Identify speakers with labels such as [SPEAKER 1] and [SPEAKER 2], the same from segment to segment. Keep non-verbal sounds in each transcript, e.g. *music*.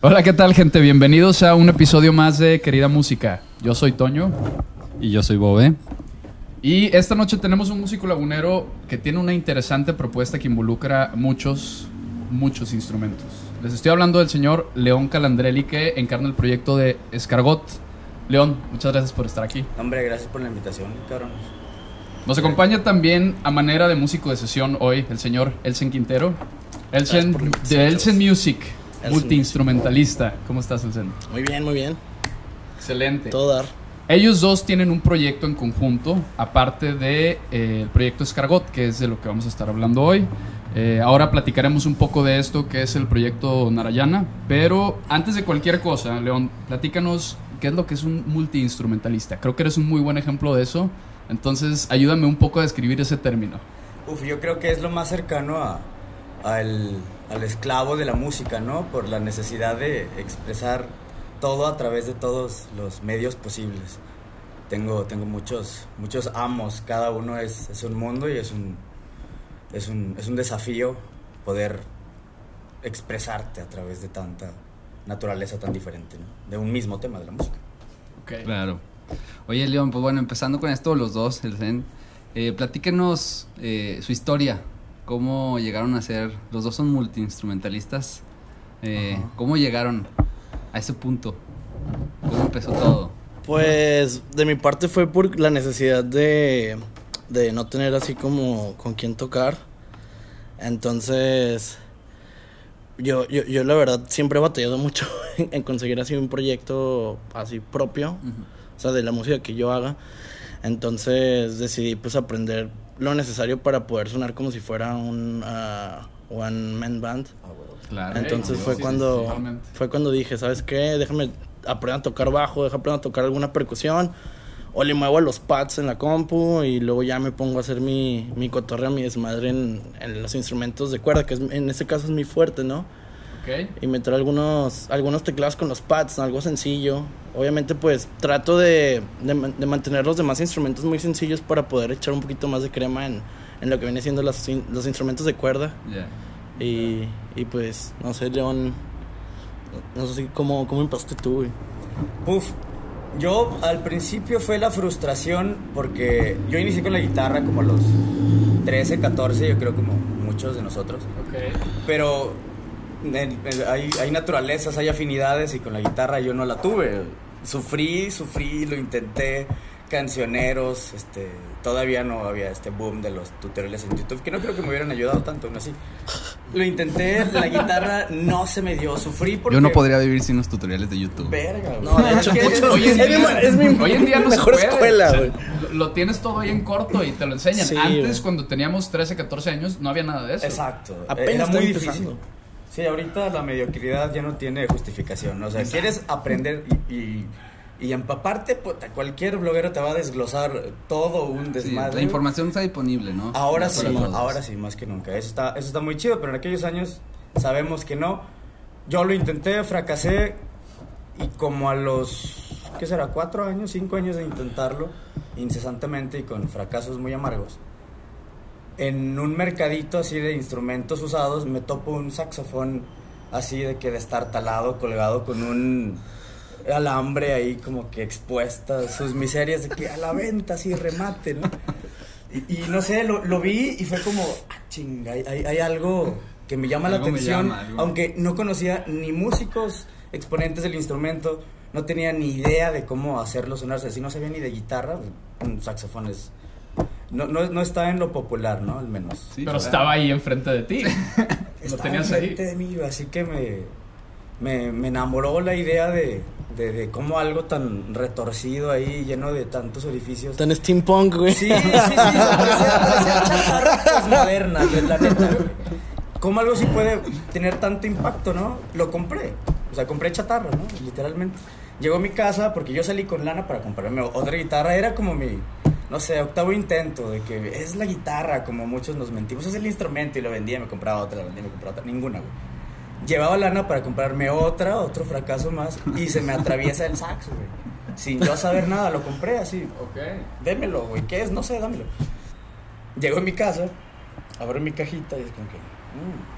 [SPEAKER 1] Hola, ¿qué tal, gente? Bienvenidos a un episodio más de Querida Música. Yo soy Toño
[SPEAKER 2] Y yo soy Bobé.
[SPEAKER 1] y esta noche tenemos un músico lagunero que tiene una interesante propuesta que involucra muchos, muchos instrumentos. Les estoy hablando del señor León Calandrelli que encarna el proyecto de Escargot. León, muchas gracias por estar aquí.
[SPEAKER 3] Hombre, gracias por la invitación, cabrón.
[SPEAKER 1] Nos acompaña también a manera de músico de sesión hoy el señor Elsen Quintero. Elsen,
[SPEAKER 3] por la invitación,
[SPEAKER 1] de Elsen
[SPEAKER 3] chavos.
[SPEAKER 1] Music,
[SPEAKER 3] Elsen
[SPEAKER 1] multiinstrumentalista. ¿Cómo estás, Elsen?
[SPEAKER 3] Muy bien, muy bien.
[SPEAKER 1] Excelente.
[SPEAKER 3] Todo dar.
[SPEAKER 1] Ellos dos tienen un proyecto en conjunto, aparte del el proyecto Escargot, que es de lo que vamos a estar hablando hoy. Eh, ahora platicaremos un poco de esto, que es el proyecto Narayana. Pero antes de cualquier cosa, León, platícanos qué es lo que es un multiinstrumentalista. Creo que eres un muy buen ejemplo de eso. Entonces, ayúdame un poco a describir ese término.
[SPEAKER 3] Uf, yo creo que es lo más cercano a, al, al esclavo de la música, ¿no? Por la necesidad de expresar todo a través de todos los medios posibles. Tengo, tengo muchos, muchos amos, cada uno es, es un mundo y es un, es, un, es un desafío poder expresarte a través de tanta naturaleza tan diferente, ¿no? De un mismo tema de la música.
[SPEAKER 2] Claro. Oye, León, pues bueno, empezando con esto, los dos, el Zen, eh, platíquenos eh, su historia. ¿Cómo llegaron a ser? Los dos son multiinstrumentalistas. eh, ¿Cómo llegaron a ese punto? ¿Cómo empezó todo?
[SPEAKER 4] Pues de mi parte fue por la necesidad de, de no tener así como con quién tocar. Entonces, yo, yo, yo la verdad siempre he batallado mucho *laughs* en, en conseguir así un proyecto así propio, o sea, de la música que yo haga. Entonces decidí pues aprender lo necesario para poder sonar como si fuera un ah, one man band.
[SPEAKER 2] Claro.
[SPEAKER 4] Entonces
[SPEAKER 1] Sí,
[SPEAKER 4] fue
[SPEAKER 1] sí, sí,
[SPEAKER 4] cuando
[SPEAKER 1] totalmente.
[SPEAKER 4] fue cuando dije, ¿sabes qué? Déjame aprender a tocar bajo, déjame aprender a tocar alguna percusión. O le muevo a los pads en la compu y luego ya me pongo a hacer mi, mi cotorreo, mi desmadre en, en los instrumentos de cuerda, que es- en este caso es mi fuerte, ¿no?
[SPEAKER 1] Ok.
[SPEAKER 4] Y meter algunos, algunos teclados con los pads, algo sencillo. Obviamente pues trato de, de man- de mantener los demás instrumentos muy sencillos para poder echar un poquito más de crema en, en lo que viene siendo las in- los instrumentos de cuerda.
[SPEAKER 2] Ya.
[SPEAKER 4] Y, y pues, no sé, León. No sé si- cómo, cómo empaste tú, güey.
[SPEAKER 3] Puf, yo al principio fue la frustración porque yo inicié con la guitarra como a los 13, 14, yo creo como muchos de nosotros, pero en- en- hay, hay naturalezas, hay afinidades y con la guitarra yo no la tuve. Sufrí, sufrí, lo intenté, cancioneros, este, todavía no había este boom de los tutoriales en YouTube, que no creo que me hubieran ayudado tanto, aún así. Lo intenté, la guitarra no se me dio, sufrí porque...
[SPEAKER 2] Yo no podría vivir sin los tutoriales de YouTube.
[SPEAKER 3] Verga,
[SPEAKER 4] No, de hecho,
[SPEAKER 3] es que-
[SPEAKER 1] *laughs* Hoy en
[SPEAKER 4] Es mi
[SPEAKER 1] día,
[SPEAKER 4] ma- es mi
[SPEAKER 1] hoy en día no se
[SPEAKER 4] mejor
[SPEAKER 1] puede.
[SPEAKER 4] escuela,
[SPEAKER 1] O sea,
[SPEAKER 4] güey.
[SPEAKER 1] lo- Lo tienes todo ahí en corto y te lo enseñan.
[SPEAKER 4] Sí,
[SPEAKER 1] Antes,
[SPEAKER 4] güey.
[SPEAKER 1] cuando teníamos 13, 14 años, no había nada de eso.
[SPEAKER 3] Exacto. Era
[SPEAKER 4] Apenas
[SPEAKER 3] muy
[SPEAKER 4] está
[SPEAKER 3] difícil.
[SPEAKER 4] empezando.
[SPEAKER 3] Sí, ahorita la mediocridad ya no tiene justificación. ¿no? O sea, quieres aprender y, y, y empaparte, puta, cualquier bloguero te va a desglosar todo un
[SPEAKER 2] Sí,
[SPEAKER 3] desmadre.
[SPEAKER 2] la información está disponible, ¿no?
[SPEAKER 3] Ahora
[SPEAKER 2] Ya
[SPEAKER 3] sí,
[SPEAKER 2] para todos.
[SPEAKER 3] ahora sí, más que nunca. Eso está, eso está muy chido, pero en aquellos años sabemos que no. Yo lo intenté, fracasé y como a los, ¿qué será? Cuatro años, cinco años de intentarlo incesantemente y con fracasos muy amargos. En un mercadito así de instrumentos usados me topo un saxofón así de que destartalado, colgado con un alambre ahí como que expuesta, sus miserias de que a la venta así remate, ¿no? Y, y no sé, lo, lo vi y fue como, ah, chinga, hay, hay- hay algo que me llama la
[SPEAKER 2] Algo me
[SPEAKER 3] atención,
[SPEAKER 2] llama, algo.
[SPEAKER 3] aunque no conocía ni músicos exponentes del instrumento, no tenía ni idea de cómo hacerlo sonarse, así no sabía ni de guitarra, pues, un saxofón es... No, no, no está en lo popular, ¿no? Al menos.
[SPEAKER 2] Sí,
[SPEAKER 1] Pero
[SPEAKER 2] claro.
[SPEAKER 1] estaba ahí enfrente de
[SPEAKER 4] *laughs*
[SPEAKER 1] ti. lo
[SPEAKER 3] Estaba
[SPEAKER 1] tenías ahí.
[SPEAKER 3] enfrente de mí, así que me, me, me enamoró la idea de, de, de cómo algo tan retorcido ahí, lleno de tantos orificios.
[SPEAKER 4] Tan steampunk, güey.
[SPEAKER 3] Sí, sí, sí, sí, parecía- parecía chatarritas modernas, la neta. güey. Cómo algo sí puede tener tanto impacto, ¿no? Lo compré. O sea, compré chatarra, ¿no? Literalmente. Llegó a mi casa porque yo salí con lana para comprarme otra guitarra. Era como mi, no sé, octavo intento de que es la guitarra, como muchos nos mentimos. Es el instrumento y lo vendía, me compraba otra, la vendía, me compraba otra. Ninguna, güey. Llevaba lana para comprarme otra, otro fracaso más. Y se me atraviesa el saxo, güey. Sin yo saber nada, lo compré así. Démelo, güey. ¿Qué es? No sé, dámelo. Llego a mi casa, abro mi cajita y es como que. mm,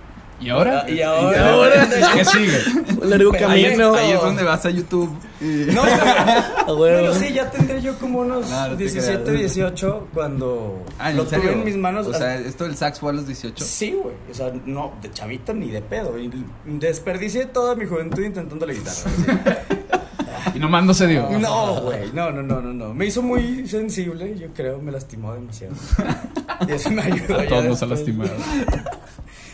[SPEAKER 1] ¿Y ahora?
[SPEAKER 4] Y ahora.
[SPEAKER 1] *laughs*
[SPEAKER 2] *laughs*
[SPEAKER 1] ¿Qué sigue?
[SPEAKER 4] *laughs* Un largo
[SPEAKER 3] Pero
[SPEAKER 2] Ahí es,
[SPEAKER 4] camino.
[SPEAKER 2] ahí es donde vas a YouTube. y-
[SPEAKER 3] No,
[SPEAKER 2] *laughs*
[SPEAKER 3] pero-
[SPEAKER 4] A huevo.
[SPEAKER 3] Pero sí, ya tendré yo como unos
[SPEAKER 2] No, no te
[SPEAKER 3] 17,
[SPEAKER 2] creas.
[SPEAKER 3] 18 cuando
[SPEAKER 2] Ah, ¿en
[SPEAKER 3] lo
[SPEAKER 2] serio?
[SPEAKER 3] tuve en mis manos.
[SPEAKER 2] O sea, esto del sax fue a los 18.
[SPEAKER 3] sí, güey. O sea, no, de chavita ni de pedo. Y desperdicié toda mi juventud intentando la guitarra.
[SPEAKER 1] Y nomás no se dio.
[SPEAKER 3] No, güey. No, no, no, no, no. Me hizo muy sensible, yo creo, me lastimó demasiado. Y eso me ayudó.
[SPEAKER 1] A
[SPEAKER 3] ya
[SPEAKER 1] todos nos ha
[SPEAKER 3] después.
[SPEAKER 1] lastimado.
[SPEAKER 3] *laughs*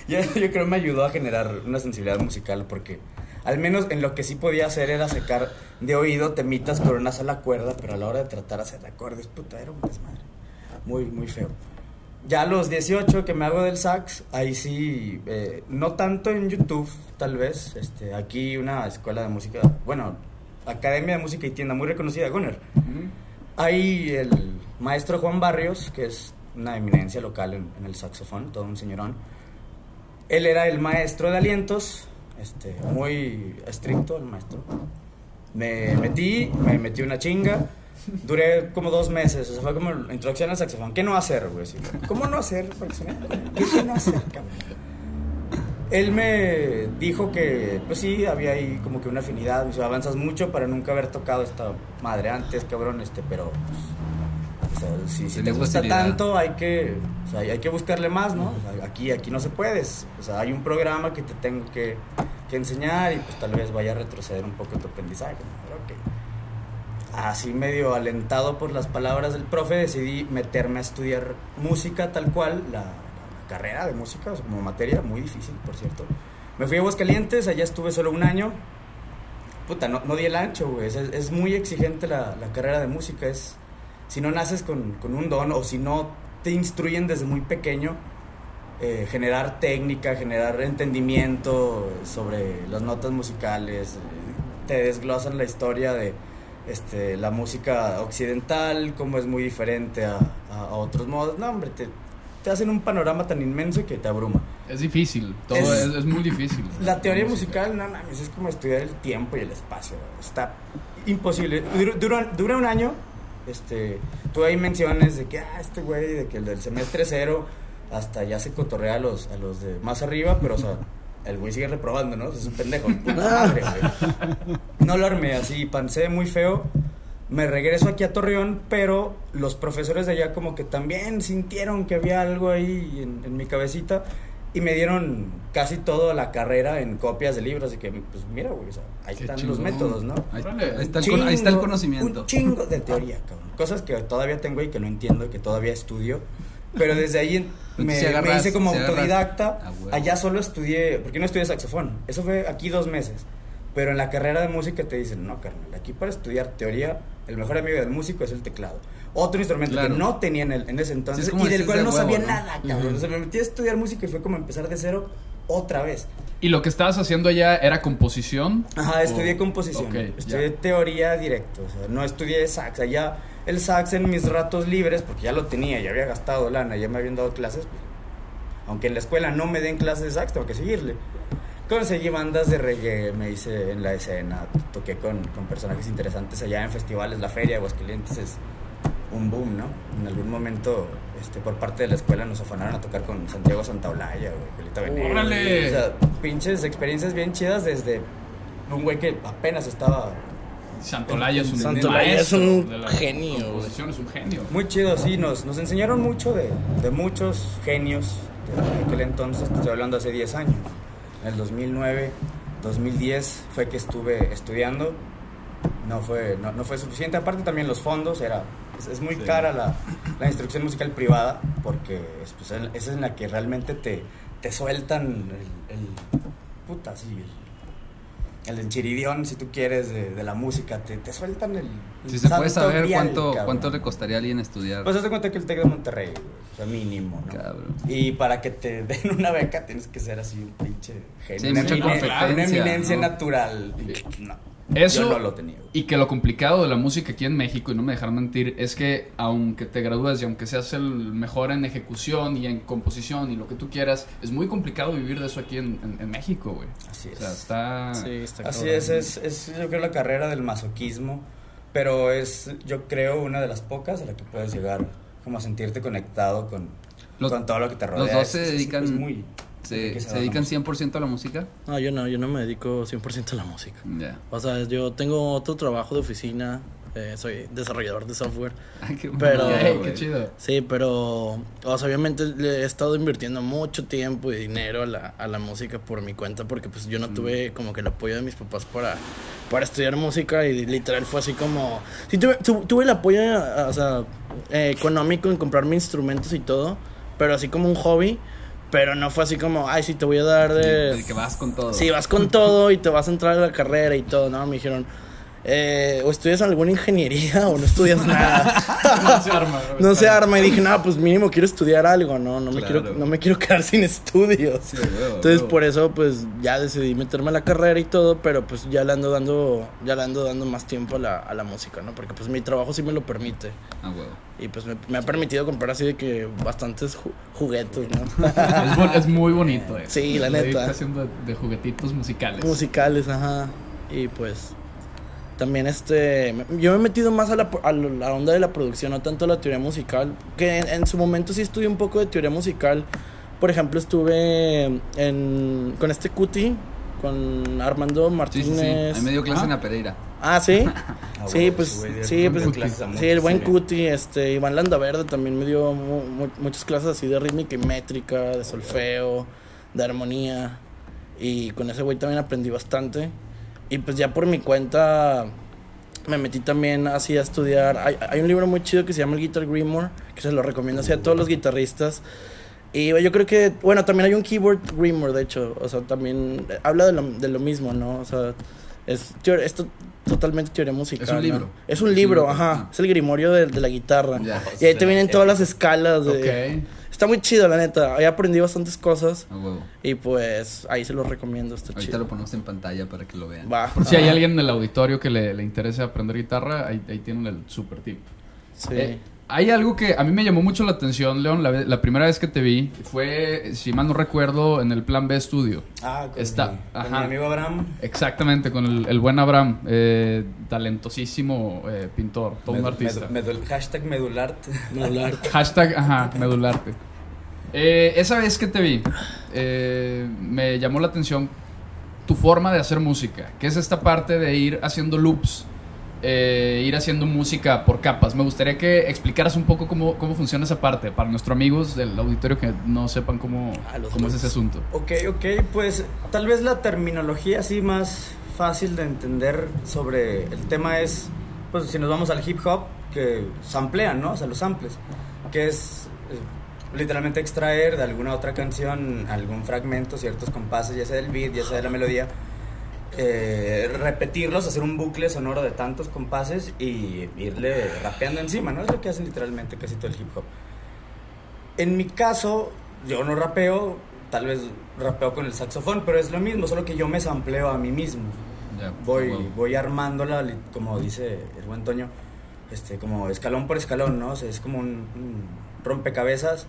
[SPEAKER 3] Y eso yo creo me ayudó a generar una sensibilidad musical porque al menos en lo que sí podía hacer era sacar de oído temitas con una sola cuerda, pero a la hora de tratar de hacer acordes, puta, era un desmadre. Muy, muy feo. Ya a los 18 que me hago del sax, ahí sí, eh, no tanto en YouTube, tal vez. Este, aquí una escuela de música, bueno, Academia de Música y Tienda muy reconocida, Goner. Ahí el maestro Juan Barrios, que es una eminencia local en, en el saxofón, todo un señorón. Él era el maestro de alientos, este, muy estricto el maestro. Me metí, me metí una chinga. Duré como dos meses, o sea, fue como la introducción al saxofón. ¿Qué no hacer, güey? Así, ¿Cómo no hacer? saxofón? ¿Qué no hacer, cabrón? Él me dijo que, pues sí, había ahí como que una afinidad. O sea, avanzas mucho para nunca haber tocado esta madre antes, cabrón, este, pero. pues, o sea, si, si te
[SPEAKER 2] Tenías
[SPEAKER 3] gusta
[SPEAKER 2] facilidad.
[SPEAKER 3] tanto, hay que, o sea, hay que buscarle más, ¿no? O sea, aquí, aquí no se puede. O sea, hay un programa que te tengo que, que enseñar y pues tal vez vaya a retroceder un poco tu aprendizaje. ¿no? Pero ok así medio alentado por las palabras del profe, decidí meterme a estudiar música tal cual, la, la carrera de música, o sea, como materia, muy difícil, por cierto. Me fui a Aguascalientes, allá estuve solo un año. Puta, no, no di el ancho, güey. Es, es muy exigente la, la carrera de música. Es, si no naces con, con un don o si no te instruyen desde muy pequeño, eh, generar técnica, generar entendimiento sobre las notas musicales, eh, te desglosan la historia de este, la música occidental, cómo es muy diferente a, a- a otros modos. No, hombre, te, te hacen un panorama tan inmenso que te abruma.
[SPEAKER 1] Es difícil. Todo
[SPEAKER 3] Es-
[SPEAKER 1] es, es muy difícil.
[SPEAKER 3] La teoría musical, no mames, es como estudiar el tiempo y el espacio. Está imposible. Duró- Dura, dura un año. Este, tú ahí menciones de que, ah, este güey, de que el del semestre cero hasta ya se cotorrea a los, a los de más arriba, pero, o sea, el güey sigue reprobando, ¿no? Es un pendejo. Puta madre, güey. No lo armé así, pancé muy feo. Me regreso aquí a Torreón, pero los profesores de allá como que también sintieron que había algo ahí en, en mi cabecita y me dieron casi toda la carrera en copias de libros, así que pues mira, güey, o sea, ahí
[SPEAKER 1] Qué
[SPEAKER 3] están los
[SPEAKER 1] chingón.
[SPEAKER 3] métodos, ¿no?
[SPEAKER 2] Ahí,
[SPEAKER 1] Órale.
[SPEAKER 2] ahí está el,
[SPEAKER 3] Chingo,
[SPEAKER 2] con- ahí está el conocimiento.
[SPEAKER 3] Un chingo de teoría, cabrón. Cosas que todavía tengo y que no entiendo y que todavía estudio. Pero desde ahí
[SPEAKER 2] *laughs*
[SPEAKER 3] en-
[SPEAKER 2] Pero
[SPEAKER 3] me,
[SPEAKER 2] si agarras-
[SPEAKER 3] me hice como
[SPEAKER 2] si agarras-
[SPEAKER 3] autodidacta.
[SPEAKER 2] Ah, huevo.
[SPEAKER 3] Allá solo estudié, porque no estudié saxofón. Eso fue aquí dos meses. Pero en la carrera de música te dicen, no, carnal, aquí para estudiar teoría, el mejor amigo del músico es el teclado. Otro instrumento
[SPEAKER 2] Claro.
[SPEAKER 3] que no tenía en, el- en ese entonces
[SPEAKER 2] como
[SPEAKER 3] y del
[SPEAKER 2] decís
[SPEAKER 3] cual
[SPEAKER 2] de
[SPEAKER 3] no
[SPEAKER 2] huevo,
[SPEAKER 3] sabía
[SPEAKER 2] ¿no?
[SPEAKER 3] nada, cabrón.
[SPEAKER 4] Ujú.
[SPEAKER 3] O sea, me metí a estudiar música y fue como empezar de cero otra vez.
[SPEAKER 1] ¿Y lo que estabas haciendo allá era composición?
[SPEAKER 3] Ajá, estudié
[SPEAKER 1] O-
[SPEAKER 3] composición.
[SPEAKER 1] Ok,
[SPEAKER 3] estudié teoría directo. O sea, no estudié sax. Allá el sax en mis ratos libres, porque ya lo tenía, ya había gastado lana, ya me habían dado clases. pues, aunque en la escuela no me den clases de sax, tengo que seguirle. Conseguí bandas de reggae, me hice en la escena, toqué con, con personajes interesantes allá en festivales, la feria de Aguascalientes es un boom, ¿no? En algún momento, este, por parte de la escuela nos afanaron a tocar con Santiago Santaolalla, güey, Julieta Venegas.
[SPEAKER 1] ¡Órale!
[SPEAKER 3] O sea, pinches experiencias bien chidas desde un güey que apenas estaba
[SPEAKER 1] Santolaya es un
[SPEAKER 4] Santolaya es
[SPEAKER 1] maestro
[SPEAKER 4] un
[SPEAKER 1] de la
[SPEAKER 4] genio, güey.
[SPEAKER 1] composición, es un genio.
[SPEAKER 3] Muy chido, sí, nos, nos enseñaron mucho de, de muchos genios de aquel entonces, te estoy hablando hace 10 años. En el 2009, 2010 fue que estuve estudiando, no fue, no, no fue suficiente, aparte también los fondos, era, es, es muy cara la, la instrucción musical privada, porque es, pues, el- esa es en la que realmente te, te sueltan el, el- puta, sí, el, el enchiridión, si tú quieres, de, de la música, te, te sueltan el... el
[SPEAKER 2] Si se puede
[SPEAKER 3] santo
[SPEAKER 2] saber
[SPEAKER 3] grial,
[SPEAKER 2] cuánto,
[SPEAKER 3] cabrón.
[SPEAKER 2] cuánto le costaría a alguien estudiar.
[SPEAKER 3] Pues hazte cuenta que el Tec de Monterrey, o sea, mínimo, ¿no?
[SPEAKER 2] Cabrón.
[SPEAKER 3] Y para que te *laughs* den una beca tienes que ser así un pinche genio.
[SPEAKER 2] Sí,
[SPEAKER 3] una,
[SPEAKER 2] mucha
[SPEAKER 3] emine-
[SPEAKER 2] competencia,
[SPEAKER 3] una eminencia
[SPEAKER 2] ¿no?
[SPEAKER 3] natural. Y- No,
[SPEAKER 1] Eso-
[SPEAKER 3] Yo no lo tenía. güey.
[SPEAKER 1] Y que lo complicado de la música aquí en México, y no me dejarán mentir, es que aunque te gradúes y aunque seas el mejor en ejecución y en composición y lo que tú quieras, es muy complicado vivir de eso aquí en, en- en México, güey.
[SPEAKER 3] Así
[SPEAKER 1] O
[SPEAKER 3] es.
[SPEAKER 1] sea, está...
[SPEAKER 4] está
[SPEAKER 3] Así
[SPEAKER 4] cabrón.
[SPEAKER 3] es, eh. es, es, yo creo la carrera del masoquismo, pero es yo creo una de las pocas a la que puedes llegar como a sentirte conectado con,
[SPEAKER 2] Los-
[SPEAKER 3] con todo lo que te rodea.
[SPEAKER 2] Los dos
[SPEAKER 3] Es-
[SPEAKER 2] se
[SPEAKER 3] es-
[SPEAKER 2] dedican
[SPEAKER 3] es muy-
[SPEAKER 2] se,
[SPEAKER 3] qué se
[SPEAKER 2] se
[SPEAKER 3] va la
[SPEAKER 2] dedican 100% a la música? *laughs*
[SPEAKER 4] No, yo no, yo no me dedico 100% a la música.
[SPEAKER 2] Ya.
[SPEAKER 4] O sea, yo tengo otro trabajo de oficina, eh, soy desarrollador de software.
[SPEAKER 2] Ah, qué
[SPEAKER 4] Pero-
[SPEAKER 2] mamada,
[SPEAKER 1] Ey,
[SPEAKER 2] güey.
[SPEAKER 1] qué chido.
[SPEAKER 4] Sí, pero, o sea, obviamente le he estado invirtiendo mucho tiempo y dinero a la, a la música por mi cuenta, porque pues yo no tuve como que el apoyo de mis papás para, para estudiar música y literal fue así como... Sí, tuve, tu- tuve el apoyo, o sea, eh, económico en comprarme instrumentos y todo, pero así como un hobby, pero no fue así como, ay, sí, te voy a dar de...
[SPEAKER 2] El que vas con todo.
[SPEAKER 4] pues, Sí, vas con todo y te vas a entrar a la carrera y todo, ¿no? Me dijeron, eh, o estudias alguna ingeniería o no estudias nada.
[SPEAKER 1] *laughs* No se arma. güey.
[SPEAKER 4] No se arma y dije, no, pues mínimo quiero estudiar algo, ¿no? No, me,
[SPEAKER 2] Claro.
[SPEAKER 4] quiero, no me quiero quedar sin estudios.
[SPEAKER 2] Sí, güey, güey.
[SPEAKER 4] Entonces por eso pues ya decidí meterme a la carrera y todo, pero pues ya le ando dando, ya le ando dando más tiempo a la, a la música, ¿no? Porque pues mi trabajo sí me lo permite.
[SPEAKER 2] Ah, huevo.
[SPEAKER 4] Y pues me, me ha permitido comprar así de que bastantes ju- juguetes, ¿no?
[SPEAKER 1] Es, bon- es muy bonito, eh.
[SPEAKER 4] Sí, la
[SPEAKER 1] Ahí
[SPEAKER 4] neta.
[SPEAKER 1] Está haciendo de, de juguetitos musicales.
[SPEAKER 4] musicales, ajá. Y pues también este, me- yo me he metido más a la, pro- a lo- la onda de la producción, no tanto a la teoría musical, que en, en su momento sí estudié un poco de teoría musical. Por ejemplo, estuve en, con este Cuti, con Armando
[SPEAKER 2] Sí, sí, sí. A
[SPEAKER 4] Martínez.
[SPEAKER 2] mí me dio clase
[SPEAKER 1] Ah.
[SPEAKER 2] en la Pereira.
[SPEAKER 4] Ah, sí.
[SPEAKER 2] *laughs*
[SPEAKER 3] Ah,
[SPEAKER 4] Sí,
[SPEAKER 3] bueno,
[SPEAKER 4] pues,
[SPEAKER 3] ese güey dio
[SPEAKER 4] sí, pues,
[SPEAKER 3] clases de
[SPEAKER 4] sí, el
[SPEAKER 3] música,
[SPEAKER 4] buen
[SPEAKER 3] sí.
[SPEAKER 4] Cuti, este, Iván Landaverde también me dio mu- mu- muchas clases así de rítmica y métrica,
[SPEAKER 3] Oh,
[SPEAKER 4] de solfeo, de armonía, y con ese güey también aprendí bastante, y pues ya por mi cuenta me metí también así a estudiar, hay, hay un libro muy chido que se llama el Guitar Grimoire, que se lo recomiendo así a todos los guitarristas, y yo creo que, bueno, también hay un keyboard Grimoire, de hecho, o sea, también habla de lo, de lo mismo, ¿no? O sea, es, teor- es to- totalmente teoría musical. ¿no?
[SPEAKER 2] libro.
[SPEAKER 4] Es un libro,
[SPEAKER 2] libro,
[SPEAKER 4] ajá.
[SPEAKER 2] ah.
[SPEAKER 4] Es el grimorio de, de la guitarra.
[SPEAKER 2] Ya.
[SPEAKER 4] Y ahí te vienen todas las escalas.
[SPEAKER 1] Ok.
[SPEAKER 4] De... Está muy chido, la neta. Ahí aprendí bastantes cosas.
[SPEAKER 2] Ah, huevo.
[SPEAKER 4] Y pues ahí se los recomiendo. Está
[SPEAKER 2] Ahorita
[SPEAKER 4] chido.
[SPEAKER 2] lo ponemos en pantalla para que lo vean.
[SPEAKER 4] Va.
[SPEAKER 1] Por si hay alguien en el auditorio que le, le interese aprender guitarra, ahí, ahí tienen el super tip.
[SPEAKER 4] Sí.
[SPEAKER 1] Eh, hay algo que a mí me llamó mucho la atención, León. La, ve- la primera vez que te vi fue, si mal no recuerdo, en el Plan B Studio.
[SPEAKER 3] Ah, con,
[SPEAKER 1] Está-
[SPEAKER 3] mi, con
[SPEAKER 1] ajá.
[SPEAKER 3] mi amigo Abraham.
[SPEAKER 1] Exactamente, con el, el buen Abraham, eh, talentosísimo eh, pintor, todo un
[SPEAKER 3] Medu-
[SPEAKER 1] artista.
[SPEAKER 3] medu- medul- hashtag medulart.
[SPEAKER 4] Modular.
[SPEAKER 1] Hashtag, ajá, medularte. Eh, esa vez que te vi, eh, me llamó la atención tu forma de hacer música, que es esta parte de ir haciendo loops, eh, ir haciendo música por capas. Me gustaría que explicaras un poco cómo, cómo funciona esa parte para nuestros amigos del auditorio que no sepan cómo,
[SPEAKER 4] Ah, los
[SPEAKER 1] cómo es
[SPEAKER 4] loops.
[SPEAKER 1] ese asunto.
[SPEAKER 3] *laughs* Ok, ok, pues tal vez la terminología así más fácil de entender sobre el tema es, pues si nos vamos al hip hop, que samplean, ¿no? O sea, los samples, que es eh, literalmente extraer de alguna otra canción algún fragmento, ciertos compases, ya sea del beat, ya sea de la melodía, eh, repetirlos, hacer un bucle sonoro de tantos compases y irle rapeando encima, ¿no? Es lo que hacen literalmente casi todo el hip hop. En mi caso, yo no rapeo, tal vez rapeo con el saxofón, pero es lo mismo, solo que yo me sampleo a mí mismo.
[SPEAKER 2] Ya,
[SPEAKER 3] Voy,
[SPEAKER 2] ah, huevo.
[SPEAKER 3] voy armándola, li- como dice el buen Toño, este, como escalón por escalón, ¿no? O sea, es como un, un rompecabezas,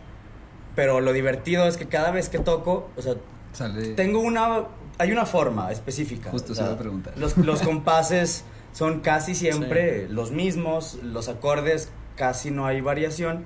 [SPEAKER 3] pero lo divertido es que cada vez que toco, o sea,
[SPEAKER 2] Sale.
[SPEAKER 3] tengo una, hay una forma específica.
[SPEAKER 2] Justo
[SPEAKER 3] o
[SPEAKER 2] se iba
[SPEAKER 3] sea,
[SPEAKER 2] a preguntar.
[SPEAKER 3] Los,
[SPEAKER 2] *laughs*
[SPEAKER 3] los compases son casi siempre los mismos, los acordes casi no hay variación,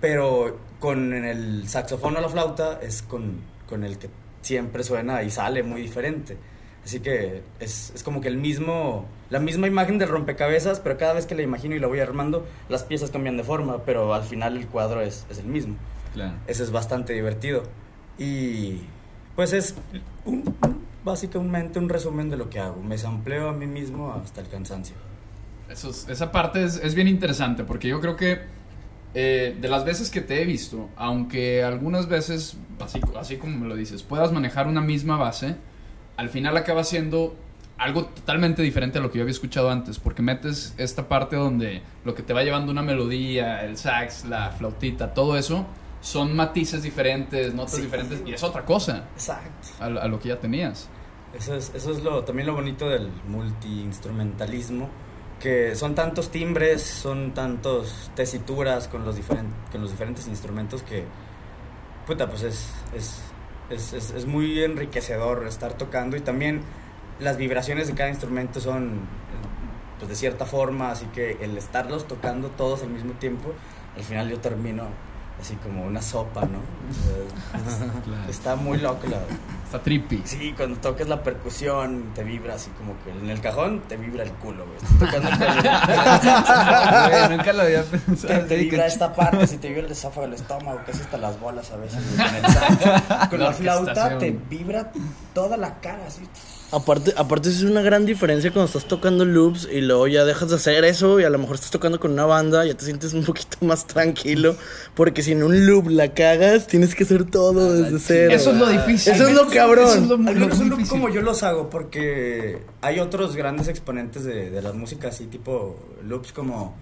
[SPEAKER 3] pero con el saxofón o la flauta es con, con el que siempre suena y sale muy diferente. Así que es, es como que el mismo, la misma imagen del rompecabezas, pero cada vez que la imagino y la voy armando, las piezas cambian de forma, pero al final el cuadro es, es el mismo.
[SPEAKER 2] Claro.
[SPEAKER 3] Eso es bastante divertido. Y pues es un- un- básicamente un resumen de lo que hago. Me sampleo a mí mismo hasta el cansancio.
[SPEAKER 1] Eso es- esa parte es, es bien interesante porque yo creo que eh, de las veces que te he visto, aunque algunas veces, así, así como me lo dices, puedas manejar una misma base, al final acaba siendo algo totalmente diferente a lo que yo había escuchado antes, porque metes esta parte donde lo que te va llevando una melodía, el sax, la flautita, todo eso, son matices diferentes, notas
[SPEAKER 3] Sí.
[SPEAKER 1] diferentes, y es otra cosa
[SPEAKER 3] Exacto.
[SPEAKER 1] a, lo- a lo que ya tenías.
[SPEAKER 3] Eso es, eso es lo, también lo bonito del multiinstrumentalismo, que son tantos timbres, son tantos tesituras con los, diferen- con los diferentes instrumentos que, puta, pues es, es, es, es- es muy enriquecedor estar tocando y también las vibraciones de cada instrumento son pues de cierta forma, así que el estarlos tocando todos al mismo tiempo, al final yo termino así como una sopa, ¿no? O sea, Está muy loco la...
[SPEAKER 1] Está trippy.
[SPEAKER 3] Sí, cuando tocas la percusión te vibra así como que en el cajón te vibra el culo, güey. Estás tocando el
[SPEAKER 2] *laughs* *laughs* Güey, nunca lo había
[SPEAKER 3] Te,
[SPEAKER 2] pensado.
[SPEAKER 3] te vibra esta parte, si te vibra el esófago, el estómago, casi hasta las bolas a veces. güey, con el saco. Con
[SPEAKER 1] La
[SPEAKER 3] la flauta
[SPEAKER 1] orquestación.
[SPEAKER 3] te vibra toda la cara, así.
[SPEAKER 4] Aparte, aparte es una gran diferencia cuando estás tocando loops y luego ya dejas de hacer eso y a lo mejor estás tocando con una banda, ya te sientes un poquito más tranquilo, porque si en un loop la cagas, tienes que hacer todo desde cero.
[SPEAKER 1] Eso es lo difícil.
[SPEAKER 4] Eso es lo cabrón.
[SPEAKER 1] Eso es lo,
[SPEAKER 3] Al menos
[SPEAKER 1] lo
[SPEAKER 3] un loop
[SPEAKER 1] difícil.
[SPEAKER 3] como yo los hago, porque hay otros grandes exponentes de, de la música así, tipo loops como...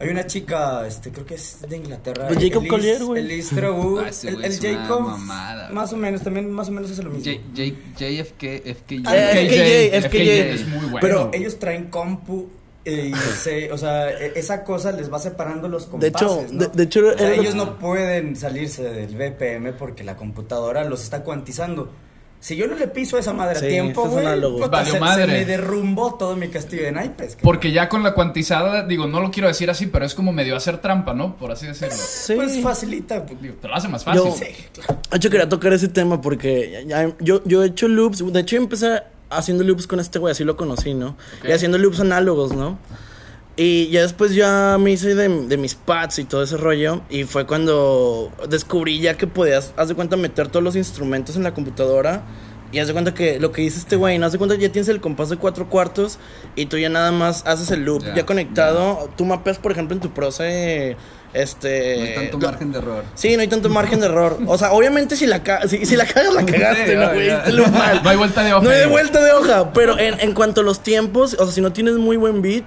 [SPEAKER 3] Hay una chica, este, creo que es de Inglaterra.
[SPEAKER 4] Pues Jacob
[SPEAKER 3] Elise-
[SPEAKER 4] Collier, güey.
[SPEAKER 3] Elise Trehu,
[SPEAKER 2] Ah, ese
[SPEAKER 3] el,
[SPEAKER 2] güey
[SPEAKER 3] el
[SPEAKER 2] es una
[SPEAKER 3] Jacob,
[SPEAKER 2] mamada,
[SPEAKER 3] más o menos, también más o menos es lo mismo.
[SPEAKER 2] J- J- JFK, FKJ.
[SPEAKER 4] Ah, FKJ,
[SPEAKER 1] FKJ. Es muy bueno.
[SPEAKER 3] Pero ellos traen compu eh, y se, o sea, e- esa cosa les va separando los
[SPEAKER 4] De
[SPEAKER 3] compases,
[SPEAKER 4] hecho,
[SPEAKER 3] ¿no?
[SPEAKER 4] de, de hecho,
[SPEAKER 3] O sea,
[SPEAKER 4] era lo-
[SPEAKER 3] ellos no pueden salirse del BPM porque la computadora los está cuantizando. Si yo no le piso a esa madre
[SPEAKER 4] Sí,
[SPEAKER 3] a tiempo,
[SPEAKER 4] eso es
[SPEAKER 3] güey,
[SPEAKER 4] análogo.
[SPEAKER 3] puta,
[SPEAKER 1] Valió
[SPEAKER 3] se,
[SPEAKER 1] madre.
[SPEAKER 3] se me derrumbó todo mi castillo de naipes. cabrón.
[SPEAKER 1] Porque ya con la cuantizada, digo, no lo quiero decir así, pero es como medio hacer trampa, ¿no? Por así decirlo.
[SPEAKER 4] Sí.
[SPEAKER 3] Pues facilita. pues,
[SPEAKER 1] Digo, te lo hace más fácil.
[SPEAKER 4] Yo- De hecho, quería tocar ese tema porque ya- ya- yo, yo he hecho loops. De hecho, yo empecé haciendo loops con este güey, así lo conocí, ¿no?
[SPEAKER 1] Ok.
[SPEAKER 4] Y haciendo loops análogos, ¿no? Y ya después ya me hice de, de mis pads y todo ese rollo. Y fue cuando descubrí ya que podías, haz de cuenta, meter todos los instrumentos en la computadora. Y haz de cuenta que lo que dice este güey, ¿no? Haz de cuenta que ya tienes el compás de cuatro cuartos y tú ya nada más haces el loop.
[SPEAKER 2] Ya,
[SPEAKER 4] Ya, conectado, tú mapeas, por ejemplo, en tu proce, este...
[SPEAKER 2] No hay tanto
[SPEAKER 4] lo-
[SPEAKER 2] margen de error.
[SPEAKER 4] Sí, no hay tanto margen de error. O sea, obviamente si la, ca- si, si la cagas, la cagaste,
[SPEAKER 2] Sí,
[SPEAKER 4] ¿no,
[SPEAKER 2] obvio.
[SPEAKER 4] güey?
[SPEAKER 1] *laughs*
[SPEAKER 4] Hiciste lo mal.
[SPEAKER 1] No hay vuelta de hoja.
[SPEAKER 4] No hay
[SPEAKER 1] digo.
[SPEAKER 4] vuelta de hoja. Pero en, en cuanto a los tiempos, o sea, si no tienes muy buen beat,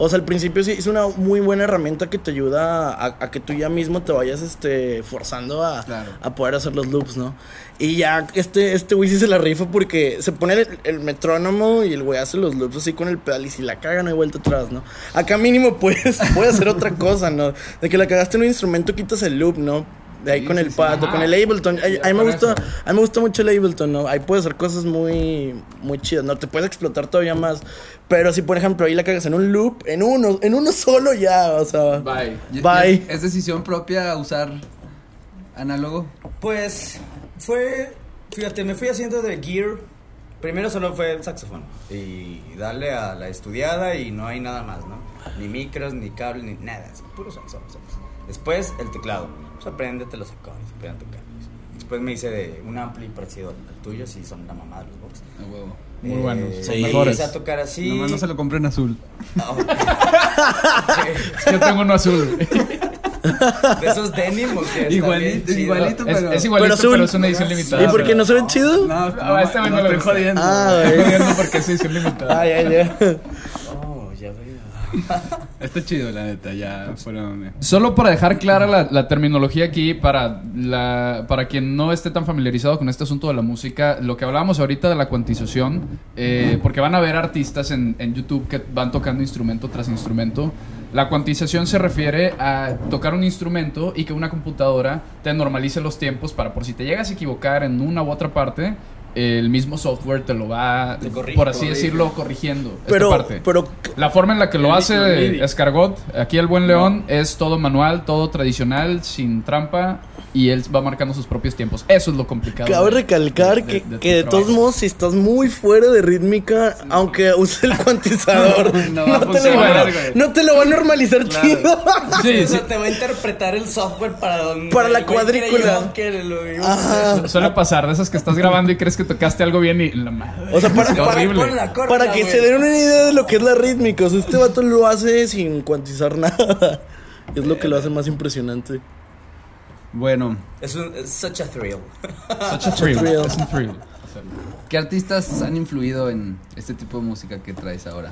[SPEAKER 4] o sea, al principio sí es una muy buena herramienta que te ayuda a, a que tú ya mismo te vayas este, forzando a,
[SPEAKER 2] Claro.
[SPEAKER 4] a poder hacer los loops, ¿no? Y ya este, este güey sí se la rifa porque se pone el, el metrónomo y el güey hace los loops así con el pedal y si la caga no hay vuelta atrás, ¿no? Acá mínimo puedes, *laughs* puedes hacer otra cosa, ¿no? De que la cagaste en un instrumento quitas el loop, ¿no? De ahí
[SPEAKER 2] Sí,
[SPEAKER 4] con
[SPEAKER 2] sí,
[SPEAKER 4] el
[SPEAKER 2] sí.
[SPEAKER 4] pad o
[SPEAKER 1] Ajá.
[SPEAKER 4] con el Ableton. Ahí-
[SPEAKER 2] Ya
[SPEAKER 4] ahí me
[SPEAKER 2] con
[SPEAKER 4] gusta,
[SPEAKER 2] eso.
[SPEAKER 4] a mí me gusta mucho el Ableton, ¿no? Ahí puedes hacer cosas muy, muy chidas, ¿no? Te puedes explotar todavía más. Pero si, por ejemplo, ahí la cagas en un loop, en uno, en uno solo ya, o sea.
[SPEAKER 1] Bye.
[SPEAKER 2] Y- y
[SPEAKER 4] Bye.
[SPEAKER 2] es- ¿Es decisión propia usar análogo?
[SPEAKER 3] Pues fue, fíjate, me fui haciendo de gear. Primero solo fue el saxofón. Y darle a la estudiada y no hay nada más, ¿no? Ni micros, ni cable, ni nada. así, puro saxofón. saxofón. Después el teclado. Pues apréndete los acordes, aprende a tocarlos. Después me hice de un ampli parecido al tuyo, si son la mamada de los box.
[SPEAKER 2] A huevo.
[SPEAKER 1] Muy buenos, son
[SPEAKER 3] y
[SPEAKER 1] mejores.
[SPEAKER 3] Empecé a tocar así.
[SPEAKER 2] Nomás no se lo compré en azul.
[SPEAKER 3] Ah, ok.
[SPEAKER 1] Es que yo tengo uno azul.
[SPEAKER 3] De esos denim
[SPEAKER 2] *laughs*
[SPEAKER 3] o qué? Está bien
[SPEAKER 2] Igualito,
[SPEAKER 3] chido.
[SPEAKER 2] igualito,
[SPEAKER 1] Es,
[SPEAKER 2] pero.
[SPEAKER 1] es igualito,
[SPEAKER 4] Pero
[SPEAKER 1] pero,
[SPEAKER 4] azul.
[SPEAKER 1] es una edición limitada.
[SPEAKER 4] ¿Y por qué no se ve chido?
[SPEAKER 2] No,
[SPEAKER 1] Ah, este me lo
[SPEAKER 2] estoy
[SPEAKER 1] dejó.
[SPEAKER 2] jodiendo.
[SPEAKER 4] Ah,
[SPEAKER 1] Estoy *laughs*
[SPEAKER 4] güey.
[SPEAKER 1] viendo porque es edición limitada.
[SPEAKER 4] Ay, ay, ay.
[SPEAKER 3] Oh, ya veo.
[SPEAKER 2] Está chido, la neta, ya eh. fuera mame.
[SPEAKER 1] Solo para dejar clara la, la terminología aquí, para, la, para quien no esté tan familiarizado con este asunto de la música, lo que hablábamos ahorita de la cuantización, eh, porque van a ver artistas en, en YouTube que van tocando instrumento tras instrumento. La cuantización se refiere a tocar un instrumento y que una computadora te normalice los tiempos para por si te llegas a equivocar en una u otra parte, el mismo software te lo va,
[SPEAKER 3] Te corrige,
[SPEAKER 1] por así
[SPEAKER 3] corrige.
[SPEAKER 1] decirlo, corrigiendo. esta
[SPEAKER 4] Pero,
[SPEAKER 1] parte.
[SPEAKER 4] pero
[SPEAKER 1] La forma en la que lo
[SPEAKER 2] El
[SPEAKER 1] hace
[SPEAKER 2] líquido,
[SPEAKER 1] Escargot, aquí el Buen León, es todo manual, todo tradicional, sin trampa, y él va marcando sus propios tiempos. Eso es lo complicado.
[SPEAKER 4] Cabe
[SPEAKER 1] de-
[SPEAKER 4] recalcar que,
[SPEAKER 1] de- de
[SPEAKER 4] que de
[SPEAKER 1] tu
[SPEAKER 4] todos
[SPEAKER 1] trabajo.
[SPEAKER 4] modos, si estás muy fuera de rítmica, aunque
[SPEAKER 1] *laughs*
[SPEAKER 4] use el cuantizador,
[SPEAKER 2] No
[SPEAKER 4] no,
[SPEAKER 2] va a
[SPEAKER 1] pues
[SPEAKER 4] te lo va,
[SPEAKER 2] funcionar, güey.
[SPEAKER 4] no te lo va a normalizar chido.
[SPEAKER 1] Sí,
[SPEAKER 3] o
[SPEAKER 1] sí.
[SPEAKER 3] sea, te va a interpretar el software para donde
[SPEAKER 4] Para la
[SPEAKER 3] el güey
[SPEAKER 4] cuadrícula.
[SPEAKER 3] creyó que lo iba a hacer.
[SPEAKER 4] Ajá.
[SPEAKER 1] Suele pasar de esas que estás grabando y crees que tocaste algo bien y la madre.
[SPEAKER 4] *laughs* O sea, para,
[SPEAKER 1] Qué
[SPEAKER 4] para-
[SPEAKER 1] horrible.
[SPEAKER 3] Pon la corta,
[SPEAKER 4] para que
[SPEAKER 3] güey.
[SPEAKER 4] se den una idea de lo que es la rítmica, o sea, este vato lo hace sin cuantizar nada. *laughs* Es lo que lo hace más impresionante.
[SPEAKER 2] Bueno,
[SPEAKER 3] Es un es such a thrill.
[SPEAKER 1] Such a thrill.
[SPEAKER 4] thrill.
[SPEAKER 1] Es un thrill.
[SPEAKER 2] ¿qué artistas han influido en este tipo de música que traes ahora?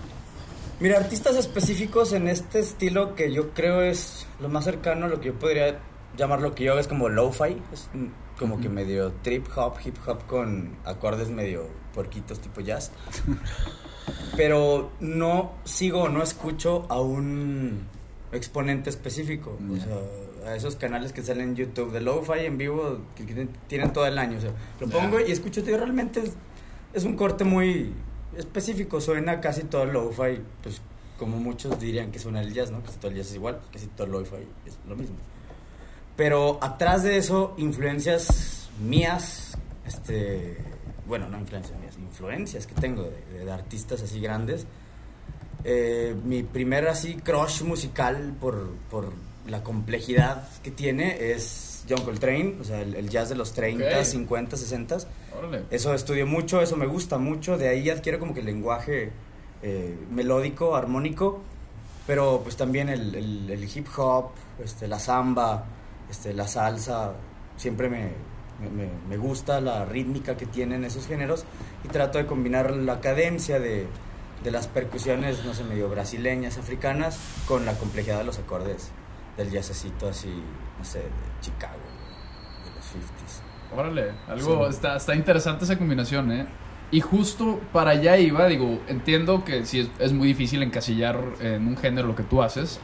[SPEAKER 3] Mira, artistas específicos en este estilo que yo creo es lo más cercano a lo que yo podría llamar lo que yo hago es como lo-fi, es un- como que medio trip hop, hip hop con acordes medio puerquitos tipo jazz. Pero no sigo o no escucho a un exponente específico, o
[SPEAKER 2] Ya.
[SPEAKER 3] sea, a esos canales que salen en YouTube de lo-fi en vivo que tienen- tienen todo el año, o sea, lo pongo y escucho tío, realmente es- es un corte muy específico, suena casi todo el lo-fi, pues como muchos dirían que suena el jazz, ¿no? Casi todo el jazz es igual, casi todo el lo-fi es lo mismo. Pero atrás de eso, influencias mías, este, bueno, no influencias mías, influencias que tengo de, de artistas así grandes. Eh, mi primer así crush musical por, por la complejidad que tiene es John Coltrane, o sea, el, el jazz de los 30,
[SPEAKER 1] Ok.
[SPEAKER 3] 50, 60.
[SPEAKER 1] Órale.
[SPEAKER 3] Eso estudio mucho, eso me gusta mucho, de ahí adquiero como que el lenguaje eh, melódico, armónico, pero pues también el, el- el hip hop, este, la samba, este, la salsa, siempre me, me- me- me gusta la rítmica que tienen esos géneros y trato de combinar la cadencia de, de las percusiones, no sé, medio brasileñas, africanas, con la complejidad de los acordes del jazzcito así, no sé, de Chicago, de los 50s.
[SPEAKER 1] Órale, algo
[SPEAKER 3] Sí.
[SPEAKER 1] está, está interesante esa combinación, ¿eh? Y justo para allá iba, digo, entiendo que sí es, es muy difícil encasillar en un género lo que tú haces,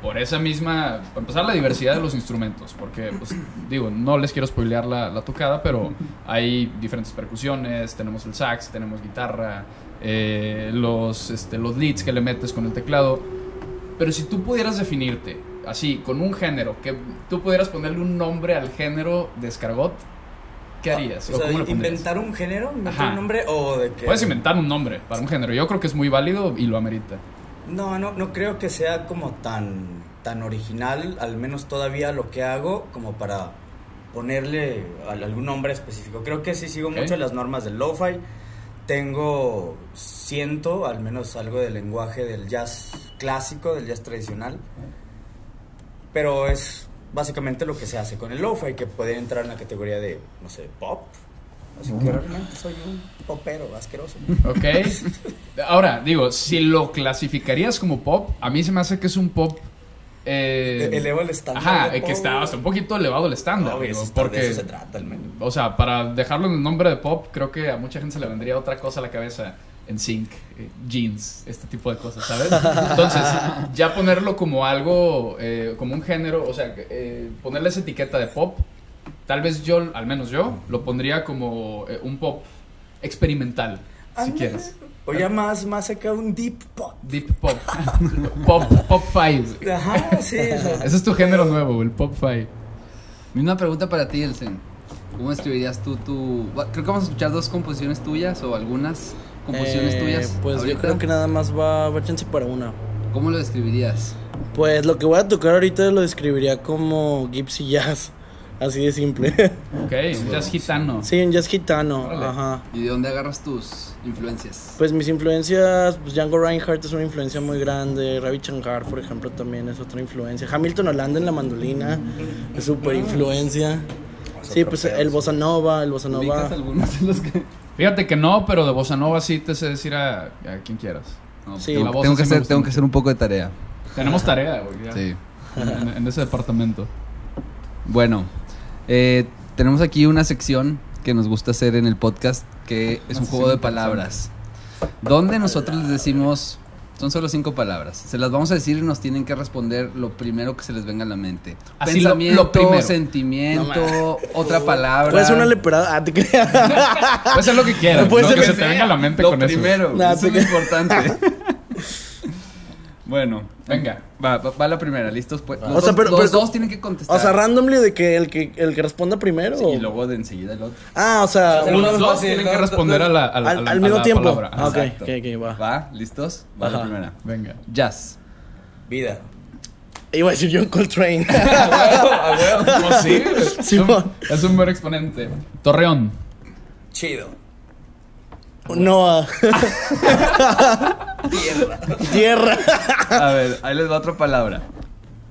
[SPEAKER 1] por esa misma, para empezar la diversidad de los instrumentos, porque, pues, digo, no les quiero spoilear la, la tocada, pero hay diferentes percusiones, tenemos el sax, tenemos guitarra, eh, los, este, los leads que le metes con el teclado, pero si tú pudieras definirte así, con un género, que tú pudieras ponerle un nombre al género de escargot, ¿qué harías?
[SPEAKER 3] Ah, O
[SPEAKER 1] ¿O
[SPEAKER 3] sea,
[SPEAKER 1] cómo le pondrías?
[SPEAKER 3] inventar un género, inventar
[SPEAKER 1] Ajá.
[SPEAKER 3] un nombre o de que
[SPEAKER 1] Puedes inventar un nombre para un género. Yo creo que es muy válido y lo amerita.
[SPEAKER 3] No, no, no creo que sea como tan tan original, al menos todavía lo que hago como para ponerle al- algún nombre específico. Creo que sí sigo
[SPEAKER 1] Ok.
[SPEAKER 3] mucho las normas del lo-fi. Tengo siento al menos algo del lenguaje del jazz clásico, del jazz tradicional. Pero es básicamente lo que se hace con el lo-fi que puede entrar en la categoría de no sé, pop. Así que realmente soy un popero asqueroso.
[SPEAKER 1] Ok. Ahora, digo, si lo clasificarías como pop, a mí se me hace que es un pop. eh,
[SPEAKER 3] Eleva E-, el estándar
[SPEAKER 1] Ajá,
[SPEAKER 3] de
[SPEAKER 1] eh, que
[SPEAKER 3] pop,
[SPEAKER 1] está
[SPEAKER 3] güey.
[SPEAKER 1] hasta un poquito elevado el estándar.
[SPEAKER 3] Obvio,
[SPEAKER 1] digo,
[SPEAKER 3] eso está- de
[SPEAKER 1] porque,
[SPEAKER 3] eso se trata al menos.
[SPEAKER 1] o sea, para dejarlo en el nombre de pop, creo que a mucha gente se le vendría otra cosa a la cabeza. En sync, eh, jeans, este tipo de cosas, ¿sabes?
[SPEAKER 3] *laughs*
[SPEAKER 1] Entonces, ya ponerlo como algo, eh, como un género, o sea, eh, ponerle esa etiqueta de pop, tal vez yo, al menos yo, lo pondría como eh, un pop experimental, si
[SPEAKER 3] Ándale.
[SPEAKER 1] quieres.
[SPEAKER 3] O ya más, más acá un deep pop.
[SPEAKER 1] Deep pop. *laughs* pop, pop five.
[SPEAKER 3] Ajá, sí. o sea,
[SPEAKER 1] *laughs* Ese es tu género nuevo, el pop five.
[SPEAKER 2] Misma pregunta para ti, Elsen. ¿Cómo escribirías tú tu...? va- Creo que vamos a escuchar dos composiciones tuyas o algunas composiciones
[SPEAKER 4] Eh,
[SPEAKER 2] tuyas.
[SPEAKER 4] Pues yo
[SPEAKER 2] ahorita.
[SPEAKER 4] creo que nada más va, va chance para una.
[SPEAKER 2] ¿Cómo lo describirías?
[SPEAKER 4] Pues lo que voy a tocar ahorita lo describiría como Gypsy Jazz. Así de simple. *laughs*
[SPEAKER 1] Ok, ya es gitano.
[SPEAKER 4] sí, un jazz gitano.
[SPEAKER 1] Órale.
[SPEAKER 4] Ajá.
[SPEAKER 2] ¿Y de dónde agarras tus influencias?
[SPEAKER 4] Pues mis influencias, pues Django Reinhardt es una influencia muy grande, Ravi Shankar, por ejemplo, también es otra influencia. Hamilton Holanda en la mandolina es súper influencia. Sí, pues el bossa nova, el bossa
[SPEAKER 2] ¿Ubicas
[SPEAKER 4] nova.
[SPEAKER 2] algunos de los que...?
[SPEAKER 1] Fíjate que no, pero de bossa nova sí te sé decir a, a quien quieras.
[SPEAKER 2] No,
[SPEAKER 4] Sí.
[SPEAKER 1] La
[SPEAKER 2] tengo,
[SPEAKER 1] voz
[SPEAKER 2] tengo
[SPEAKER 1] sí
[SPEAKER 2] que
[SPEAKER 1] me
[SPEAKER 2] hacer,
[SPEAKER 1] gusta
[SPEAKER 2] tengo que
[SPEAKER 1] mucho.
[SPEAKER 2] hacer un poco de tarea.
[SPEAKER 1] Tenemos tarea, güey, ya, *laughs*
[SPEAKER 2] Sí.
[SPEAKER 1] en, en ese departamento.
[SPEAKER 2] Bueno, eh, tenemos aquí una sección que nos gusta hacer en el podcast, que es
[SPEAKER 1] Una
[SPEAKER 2] un
[SPEAKER 1] sección
[SPEAKER 2] juego de
[SPEAKER 1] interesante.
[SPEAKER 2] palabras. Donde nosotros les decimos, son solo cinco palabras. Se las vamos a decir y nos tienen que responder lo primero que se les venga a la mente.
[SPEAKER 1] Así lo- lo primero.
[SPEAKER 2] sentimiento, otra palabra.
[SPEAKER 4] Puede ser una leperada, ah, te creas.
[SPEAKER 1] *laughs* Puede ser lo que quieras,
[SPEAKER 4] Puede
[SPEAKER 1] lo
[SPEAKER 4] ser
[SPEAKER 1] que
[SPEAKER 4] lo
[SPEAKER 1] se
[SPEAKER 4] que
[SPEAKER 1] te venga a la mente
[SPEAKER 2] lo
[SPEAKER 1] con eso.
[SPEAKER 2] primero,
[SPEAKER 4] Nah,
[SPEAKER 2] eso es
[SPEAKER 1] *laughs*
[SPEAKER 4] te-
[SPEAKER 2] lo importante. bueno,
[SPEAKER 1] Venga.
[SPEAKER 2] Va, va, va la primera, ¿listos? Pues, los
[SPEAKER 4] O sea,
[SPEAKER 2] dos-
[SPEAKER 4] pero-
[SPEAKER 2] los
[SPEAKER 4] pero-
[SPEAKER 2] dos tienen que contestar.
[SPEAKER 4] O sea, randomly de que el que el que responda primero.
[SPEAKER 2] Sí, y luego de enseguida el otro.
[SPEAKER 4] Ah, o sea,
[SPEAKER 3] Pero
[SPEAKER 4] uno-
[SPEAKER 1] Los
[SPEAKER 3] no,
[SPEAKER 1] dos
[SPEAKER 3] sí,
[SPEAKER 1] tienen
[SPEAKER 3] no,
[SPEAKER 1] que
[SPEAKER 3] no,
[SPEAKER 1] responder
[SPEAKER 3] no.
[SPEAKER 1] a la, a la-
[SPEAKER 4] al,
[SPEAKER 1] a la-
[SPEAKER 4] al
[SPEAKER 1] a
[SPEAKER 4] mismo
[SPEAKER 1] la
[SPEAKER 4] tiempo.
[SPEAKER 1] palabra. Ajá.
[SPEAKER 4] Ah, ok,
[SPEAKER 2] Exacto.
[SPEAKER 4] ok, ok, va.
[SPEAKER 2] ¿Va? ¿Listos? Va la
[SPEAKER 4] Ajá.
[SPEAKER 2] primera.
[SPEAKER 4] *laughs*
[SPEAKER 1] Venga.
[SPEAKER 2] Jazz.
[SPEAKER 3] Vida.
[SPEAKER 4] Iba a decir John Coltrane. *laughs* Ah,
[SPEAKER 1] *laughs* Pues sí, es un,
[SPEAKER 4] Simón.
[SPEAKER 1] es un buen exponente. Torreón.
[SPEAKER 3] Chido.
[SPEAKER 4] Noah. Tierra. *laughs* Tierra.
[SPEAKER 2] A ver, ahí les va otra palabra.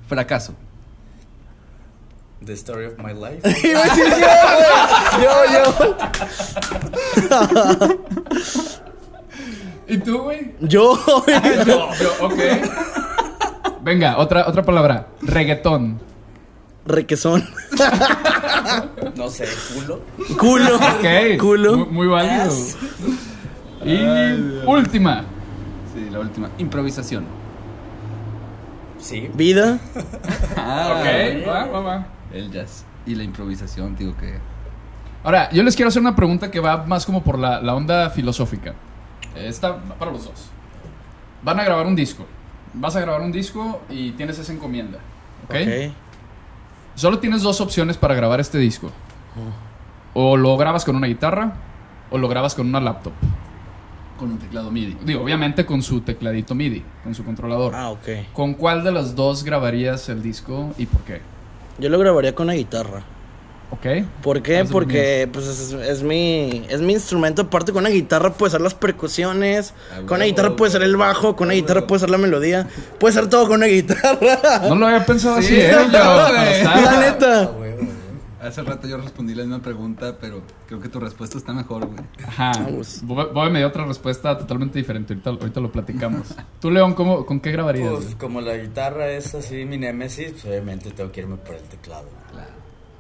[SPEAKER 2] Fracaso.
[SPEAKER 3] The story of my life. *laughs*
[SPEAKER 4] Iba a decir yo, güey. Yo, yo.
[SPEAKER 1] ¿Y tú, güey?
[SPEAKER 4] Yo,
[SPEAKER 1] No, yo, ok. *laughs* Venga, otra, otra palabra. Reggaetón.
[SPEAKER 4] requesón,
[SPEAKER 3] No sé, culo.
[SPEAKER 1] *laughs*
[SPEAKER 4] culo,
[SPEAKER 1] Ok. Muy,
[SPEAKER 4] *laughs* culo,
[SPEAKER 1] muy válido. Y última.
[SPEAKER 2] Sí, la última. Improvisación.
[SPEAKER 3] Sí.
[SPEAKER 4] vida,
[SPEAKER 2] Ah,
[SPEAKER 1] Ok, va, va, va.
[SPEAKER 2] El jazz. Y la improvisación, digo que.
[SPEAKER 1] Ahora, yo les quiero hacer una pregunta que va más como por la, la onda filosófica. Eh, Está para los dos. Van a grabar un disco. Vas a grabar un disco y tienes esa encomienda. ¿Ok?
[SPEAKER 4] Ok.
[SPEAKER 1] Solo tienes dos opciones para grabar este disco. O lo grabas con una guitarra o lo grabas con una laptop.
[SPEAKER 2] Con un teclado MIDI.
[SPEAKER 1] Digo, obviamente con su tecladito MIDI, con su controlador.
[SPEAKER 4] Ah, ok.
[SPEAKER 1] ¿Con cuál de las dos grabarías el disco y por qué?
[SPEAKER 4] Yo lo grabaría con la guitarra.
[SPEAKER 1] ¿Ok?
[SPEAKER 4] ¿Por qué?
[SPEAKER 1] Haz de
[SPEAKER 4] Porque pues, es, es mi, es mi instrumento. Aparte, con una guitarra puede ser las percusiones.
[SPEAKER 2] Ah,
[SPEAKER 4] Con una
[SPEAKER 2] huevo,
[SPEAKER 4] guitarra puede ser el bajo. Con una guitarra puede ser la melodía. Puede ser todo con una guitarra.
[SPEAKER 1] *laughs* No lo había pensado así,
[SPEAKER 4] *laughs*
[SPEAKER 2] Sí,
[SPEAKER 1] ¿eh?
[SPEAKER 2] no,
[SPEAKER 1] Yo, para
[SPEAKER 2] güey.
[SPEAKER 1] estar-
[SPEAKER 4] La neta.
[SPEAKER 2] Hace rato yo respondí la misma pregunta, pero creo que tu respuesta está
[SPEAKER 4] *laughs*
[SPEAKER 2] mejor, güey.
[SPEAKER 1] Ajá.
[SPEAKER 4] Vamos.
[SPEAKER 1] Bob Bob me dio otra respuesta totalmente diferente. Ahorita, ahorita lo platicamos. Tú, León, ¿cómo, ¿con qué grabarías?
[SPEAKER 3] Pues
[SPEAKER 1] güey?
[SPEAKER 3] como la guitarra es así mi némesis, pues, obviamente tengo que irme por el teclado.
[SPEAKER 2] Claro.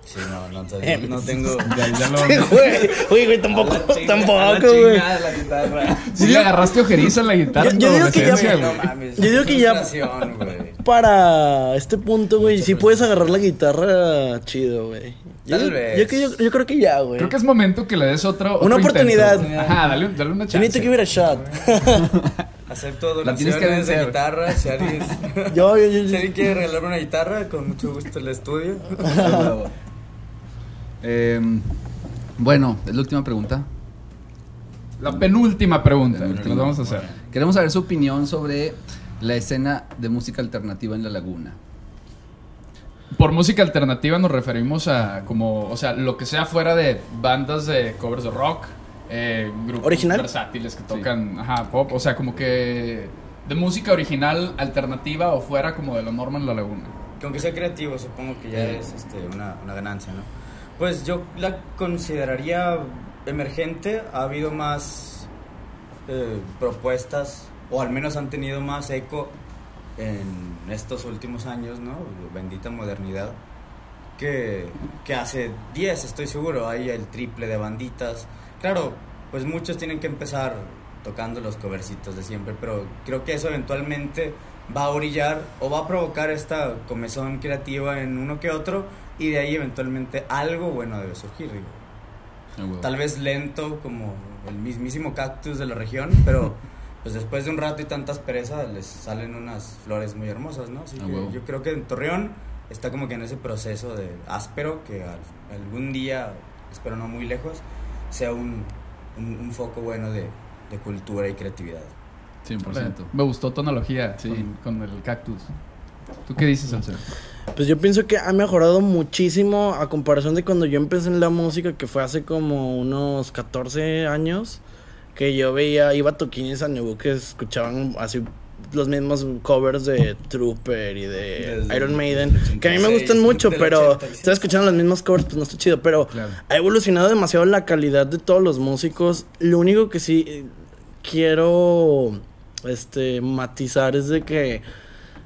[SPEAKER 3] Sí, no, no, no
[SPEAKER 4] Némesis.
[SPEAKER 3] tengo...
[SPEAKER 1] Ya- ya lo-
[SPEAKER 4] *laughs* Sí, güey. Oye, güey, tampoco, tampoco, güey.
[SPEAKER 2] la guitarra.
[SPEAKER 1] Sí, le agarraste ojeriza en la guitarra.
[SPEAKER 4] Yo- yo
[SPEAKER 1] en tu
[SPEAKER 4] digo que ya-
[SPEAKER 1] adolescencia,
[SPEAKER 3] no
[SPEAKER 1] güey.
[SPEAKER 3] mames,
[SPEAKER 4] Yo digo que ya-
[SPEAKER 3] frustración, güey.
[SPEAKER 4] Para este punto, güey, si puedes agarrar la guitarra, chido, güey. Yo-
[SPEAKER 3] Tal
[SPEAKER 4] yo,
[SPEAKER 3] vez.
[SPEAKER 4] Yo, que- yo, yo creo que ya, güey.
[SPEAKER 1] Creo que es momento que le des otra
[SPEAKER 4] Una oportunidad.
[SPEAKER 1] Ajá, dale, un- dale una
[SPEAKER 4] You need to give
[SPEAKER 1] chance.
[SPEAKER 4] it a shot.
[SPEAKER 3] Acepto
[SPEAKER 2] La tienes que
[SPEAKER 3] donaciones de
[SPEAKER 2] vencer.
[SPEAKER 3] guitarra, si alguien...
[SPEAKER 4] *laughs* yo, yo, yo,
[SPEAKER 3] Si
[SPEAKER 4] yo-
[SPEAKER 3] alguien quiere regalarme una guitarra, con mucho gusto el estudio. *laughs*
[SPEAKER 2] Em, bueno, es la última pregunta.
[SPEAKER 1] La penúltima pregunta que nos vamos a hacer.
[SPEAKER 2] Queremos saber su opinión sobre la escena de música alternativa en La Laguna.
[SPEAKER 1] Por música alternativa nos referimos a como, o sea, lo que sea fuera de bandas de covers de rock, eh, grupos
[SPEAKER 4] ¿Original?
[SPEAKER 1] versátiles que tocan, ajá, pop, o sea, como que de música original, alternativa o fuera como de la norma en la laguna.
[SPEAKER 3] Con que sea creativo, supongo que ya es este, una, una ganancia, ¿no? Pues yo la consideraría emergente. Ha habido más eh, propuestas, o al menos han tenido más eco en estos últimos años, ¿no? Bendita modernidad. Que, que hace 10, estoy seguro, hay el triple de banditas. Claro, pues muchos tienen que empezar tocando los covercitos de siempre, pero creo que eso eventualmente va a orillar o va a provocar esta comezón creativa en uno que otro y de ahí eventualmente algo bueno debe surgir. digo. Tal vez lento como el mismísimo cactus de la región,
[SPEAKER 2] *laughs*
[SPEAKER 3] pero pues después de un rato y tantas perezas les salen unas flores muy hermosas, ¿no? Así que
[SPEAKER 2] A Ah, huevo.
[SPEAKER 3] yo creo que en Torreón está como que en ese proceso de áspero que al- algún día, espero no muy lejos, sea un, un- un foco bueno de, de cultura y creatividad.
[SPEAKER 2] 100%.
[SPEAKER 1] Me gustó tu analogía
[SPEAKER 2] Sí.
[SPEAKER 1] con, con el cactus. ¿Tú qué dices, Alcero?
[SPEAKER 4] Pues yo pienso que ha mejorado muchísimo a comparación de cuando yo empecé en la música, que fue hace como unos 14 años, que yo veía, iba a toquines a Nebu que escuchaban así los mismos covers de Trooper y de
[SPEAKER 3] Desde
[SPEAKER 4] Iron
[SPEAKER 3] el
[SPEAKER 4] Maiden, que a mí me
[SPEAKER 3] 86,
[SPEAKER 4] gustan mucho,
[SPEAKER 3] del
[SPEAKER 4] pero
[SPEAKER 3] 86.
[SPEAKER 4] estar escuchando los mismos covers, pues no está chido, pero
[SPEAKER 1] Claro.
[SPEAKER 4] ha evolucionado demasiado la calidad de todos los músicos. Lo único que sí eh, quiero este matizar es de que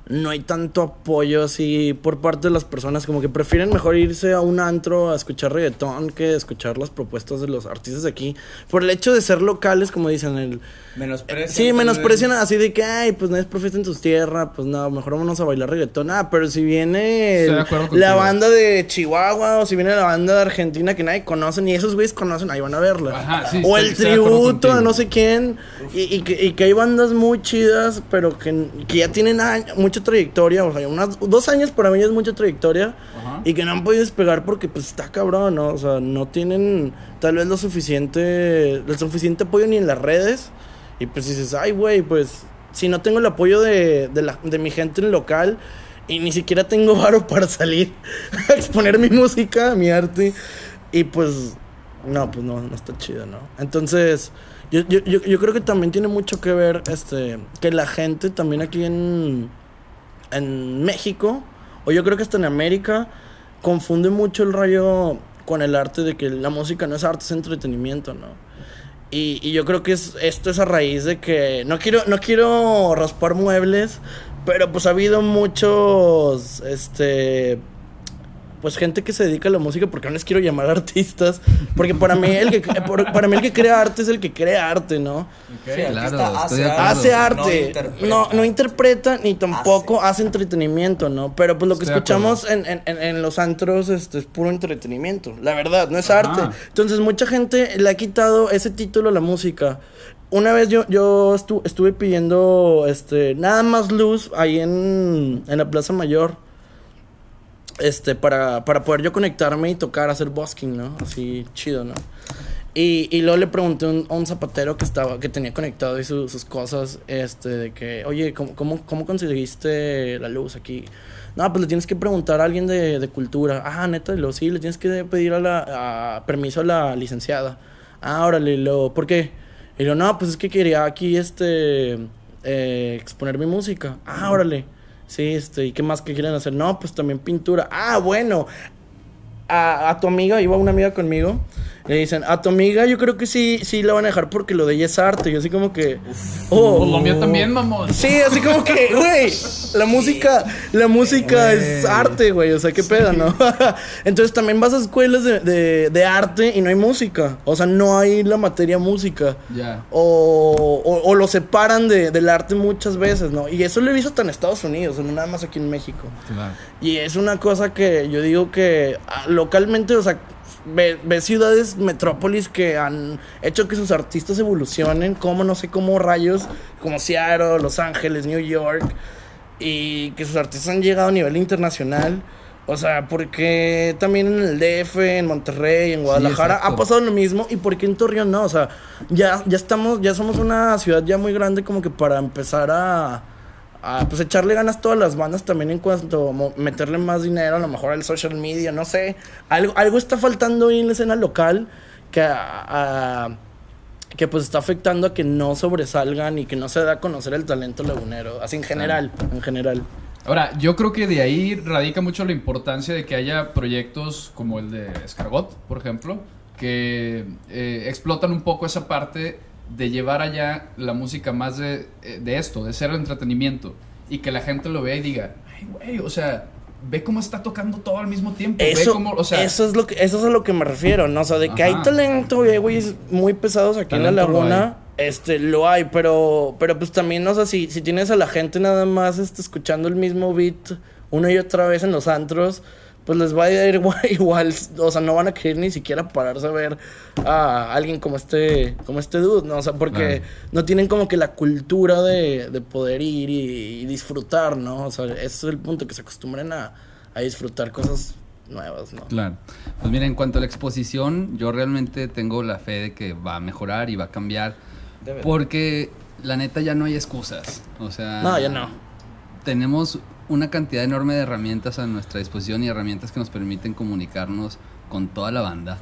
[SPEAKER 4] no hay tanto apoyo así por parte de las personas, como que prefieren mejor irse a un antro a escuchar reggaetón que escuchar las propuestas de los artistas de aquí, por el hecho de ser locales, como dicen el
[SPEAKER 3] Menosprecian.
[SPEAKER 4] Sí, menosprecian
[SPEAKER 3] también-
[SPEAKER 4] así de que, ay, pues no es profeta en tus tierras, pues no, mejor vámonos a bailar reggaetón. Ah, pero si viene
[SPEAKER 1] Estoy
[SPEAKER 4] el-
[SPEAKER 1] de acuerdo
[SPEAKER 4] la
[SPEAKER 1] contigo.
[SPEAKER 4] banda de Chihuahua o si viene la banda de Argentina que nadie conoce, ni esos güeyes conocen, ahí van a verla.
[SPEAKER 1] Ajá, sí,
[SPEAKER 4] o
[SPEAKER 1] estoy-
[SPEAKER 4] el
[SPEAKER 1] estoy de acuerdo
[SPEAKER 4] tributo a
[SPEAKER 1] contigo.
[SPEAKER 4] no sé quién, y, y que, y que hay bandas muy chidas, pero que, que ya tienen a- mucha trayectoria, o sea, unas, dos años para mí ya es mucha trayectoria.
[SPEAKER 1] Ajá.
[SPEAKER 4] Y que no han podido despegar porque pues está cabrón, ¿no? O sea, no tienen tal vez lo suficiente, el suficiente apoyo ni en las redes. Y pues dices, ay, güey, pues si no tengo el apoyo de, de, la, de mi gente en local y ni siquiera tengo *laughs* varo para salir a exponer mi música, mi arte. Y pues, no, pues no, no está chido, ¿no? Entonces, yo, yo, yo, yo creo que también tiene mucho que ver este, que la gente también aquí en, en México, o yo creo que hasta en América, confunde mucho el rayo con el arte de que la música no es arte, es entretenimiento, ¿no? Y, y yo creo que es, esto es a raíz de que no quiero, no quiero raspar muebles, pero pues ha habido muchos, este, pues gente que se dedica a la música, porque no les quiero llamar *laughs* artistas, porque para mí el que, por- para mí el que crea arte es el que crea arte, ¿no?
[SPEAKER 3] Sí,
[SPEAKER 2] Claro,
[SPEAKER 3] artista
[SPEAKER 2] estoy
[SPEAKER 3] hace
[SPEAKER 2] de acuerdo.
[SPEAKER 4] Hace
[SPEAKER 3] No
[SPEAKER 4] arte,
[SPEAKER 3] interpreta.
[SPEAKER 4] no, no interpreta ni tampoco hace, entretenimiento, ¿no? Pero pues lo que
[SPEAKER 1] Estoy de
[SPEAKER 4] escuchamos en, en- en- en los antros este, es puro entretenimiento, la verdad, no es
[SPEAKER 1] Ajá.
[SPEAKER 4] arte. Entonces mucha gente le ha quitado ese título a la música. Una vez yo, yo estu- estuve pidiendo este, nada más luz ahí en, en la Plaza Mayor. este, para, para poder yo conectarme y tocar, hacer busking, ¿no? Así chido, ¿no? Y, y luego le pregunté a un, a un zapatero que estaba, que tenía conectado y su- sus cosas, este, de que, oye, ¿cómo, cómo, cómo conseguiste la luz aquí? No, pues le tienes que preguntar a alguien de, de cultura. Ah, neta, y luego sí, le tienes que pedir a la, a- permiso a la licenciada. Ah, órale, y luego, ¿por qué? Y luego, no, pues es que quería aquí, este, eh, exponer mi música. Ah, órale. Sí, este, ¿y qué más que quieren hacer? No, pues también pintura. Ah, bueno, a, a tu amiga, iba una amiga conmigo, le dicen, a tu amiga yo creo que sí, sí la van a dejar porque lo de ella es arte. Yo así como que... Oh,
[SPEAKER 1] Colombia Pues también, mamón.
[SPEAKER 4] Sí, así como que, güey, la música, la música es arte, güey, o sea, qué pedo, ¿no? *laughs* Entonces también vas a escuelas de, de- de arte y no hay música, o sea, no hay la materia música.
[SPEAKER 1] Ya.
[SPEAKER 4] O, o- o lo separan de- del arte muchas veces, ¿no? Y eso lo he visto hasta en Estados Unidos, no nada más aquí en México.
[SPEAKER 1] Claro.
[SPEAKER 4] Y es una cosa que yo digo que ah, localmente, o sea, ve, ve ciudades, metrópolis que han hecho que sus artistas evolucionen, como no sé cómo rayos, como Seattle, Los Ángeles, New York, y que sus artistas han llegado a nivel internacional. O sea, porque también en el DF, en Monterrey, en Guadalajara ha
[SPEAKER 2] exacto.
[SPEAKER 4] pasado lo mismo y por qué en Torreón no, o sea, ya ya estamos ya somos una ciudad ya muy grande como que para empezar a a, pues echarle ganas todas las bandas también en cuanto a mo- meterle más dinero, a lo mejor al social media, no sé. Algo, algo está faltando hoy en la escena local que, a- a- que pues está afectando a que no sobresalgan y que no se da a conocer el talento lagunero. Así en general, en general.
[SPEAKER 1] Ahora, yo creo que de ahí radica mucho la importancia de que haya proyectos como el de Escargot, por ejemplo, que eh, explotan un poco esa parte de llevar allá la música más de, eh, de esto, de ser el entretenimiento, y que la gente lo vea y diga, ay, güey, o sea, ve cómo está tocando todo al mismo tiempo, ve
[SPEAKER 4] Eso,
[SPEAKER 1] cómo, o sea,
[SPEAKER 4] eso, es lo que, eso es a lo que me refiero, ¿no? O sea, de que
[SPEAKER 1] Ajá.
[SPEAKER 4] hay talento, y hay güeyes muy pesados aquí en la
[SPEAKER 1] Talento lo
[SPEAKER 4] laguna. este, lo hay, pero, pero pues también, o sea, si, si tienes a la gente nada más este, escuchando el mismo beat una y otra vez en los antros, pues les va a ir *laughs* igual, igual, o sea, no van a querer ni siquiera pararse a ver a alguien como este, como este dude, ¿no? O sea, porque
[SPEAKER 1] Claro.
[SPEAKER 4] no tienen como que la cultura de, de poder ir y, y disfrutar, ¿no? O sea, ese es el punto, que se acostumbren a, a disfrutar cosas nuevas, ¿no?
[SPEAKER 2] Claro. Pues mira, en cuanto a la exposición, yo realmente tengo la fe de que va a mejorar y va a cambiar.
[SPEAKER 3] Debe.
[SPEAKER 2] Porque la neta ya no hay excusas. O sea.
[SPEAKER 4] No, ya no.
[SPEAKER 2] Tenemos una cantidad enorme de herramientas a nuestra disposición y herramientas que nos permiten comunicarnos con toda la banda.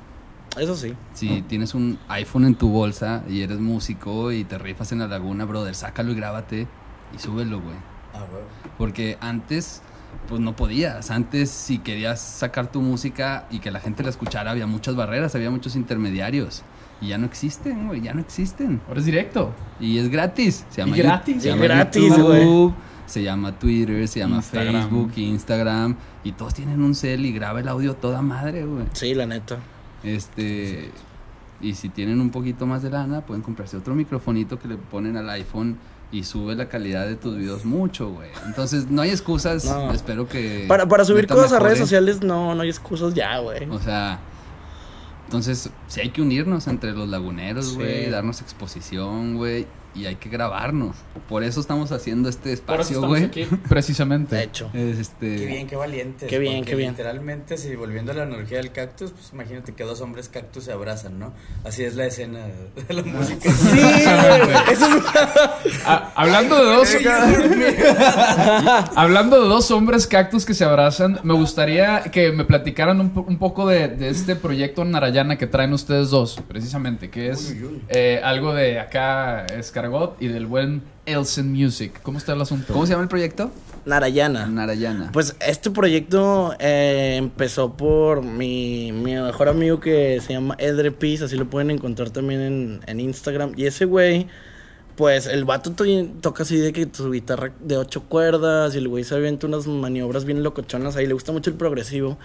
[SPEAKER 4] Eso sí.
[SPEAKER 2] Si tienes un iPhone en tu bolsa y eres músico y te rifas en la laguna, brother, sácalo y grábate y súbelo, güey.
[SPEAKER 3] Ah, güey.
[SPEAKER 2] Porque antes, pues no podías. Antes, si querías sacar tu música y que la gente la escuchara, había muchas barreras, había muchos intermediarios. Y ya no existen, güey, ya no existen.
[SPEAKER 1] ahora es directo.
[SPEAKER 2] Y es gratis. Se llama
[SPEAKER 1] Y gratis,
[SPEAKER 2] Yu- se
[SPEAKER 1] y
[SPEAKER 2] llama
[SPEAKER 4] gratis,
[SPEAKER 2] YouTube, se llama Twitter, se llama
[SPEAKER 1] Instagram.
[SPEAKER 2] Facebook, Instagram. Y todos tienen un cel y graba el audio toda madre, güey.
[SPEAKER 4] Sí, la neta.
[SPEAKER 2] Este. Y si tienen un poquito más de lana, pueden comprarse otro microfonito que le ponen al iPhone y sube la calidad de tus videos mucho, güey. Entonces, no hay excusas.
[SPEAKER 4] No.
[SPEAKER 2] Espero que.
[SPEAKER 4] Para, para subir
[SPEAKER 2] neta
[SPEAKER 4] cosas a redes
[SPEAKER 2] mejore.
[SPEAKER 4] sociales, no, no hay excusas ya, güey.
[SPEAKER 2] O sea. Entonces, sí hay que unirnos entre los laguneros,
[SPEAKER 4] Sí.
[SPEAKER 2] güey, darnos exposición, güey, y hay que grabarnos. Por eso estamos haciendo este
[SPEAKER 1] Por eso
[SPEAKER 2] espacio,
[SPEAKER 1] estamos
[SPEAKER 2] güey.
[SPEAKER 1] aquí.
[SPEAKER 4] De
[SPEAKER 1] Precisamente.
[SPEAKER 4] hecho.
[SPEAKER 2] Este,
[SPEAKER 3] Qué bien, qué valiente.
[SPEAKER 4] Qué bien, qué bien.
[SPEAKER 3] Literalmente, si volviendo a la analogía del cactus, pues imagínate que dos hombres cactus se abrazan, ¿no? Así es la escena de
[SPEAKER 4] Ah.
[SPEAKER 3] la música.
[SPEAKER 4] *laughs* Sí, güey. Eso es *laughs*
[SPEAKER 1] Ah, hablando de dos... *laughs* Hablando de dos hombres cactus que se abrazan, me gustaría que me platicaran un, po- un poco de, de este proyecto Narayana que traen ustedes dos, precisamente, que es
[SPEAKER 3] Uy, uy, uy.
[SPEAKER 1] eh, algo de acá Escargot y del buen Elsen Music. ¿Cómo está el asunto?
[SPEAKER 2] ¿Cómo se llama el proyecto?
[SPEAKER 4] Narayana.
[SPEAKER 2] Narayana.
[SPEAKER 4] Pues este proyecto eh, empezó por mi, mi mejor amigo que se llama Edre Piz, así lo pueden encontrar también en, en Instagram. Y ese güey, pues el vato to- toca así de que su guitarra de ocho cuerdas y el güey se avienta unas maniobras bien locochonas ahí, le gusta mucho el progresivo.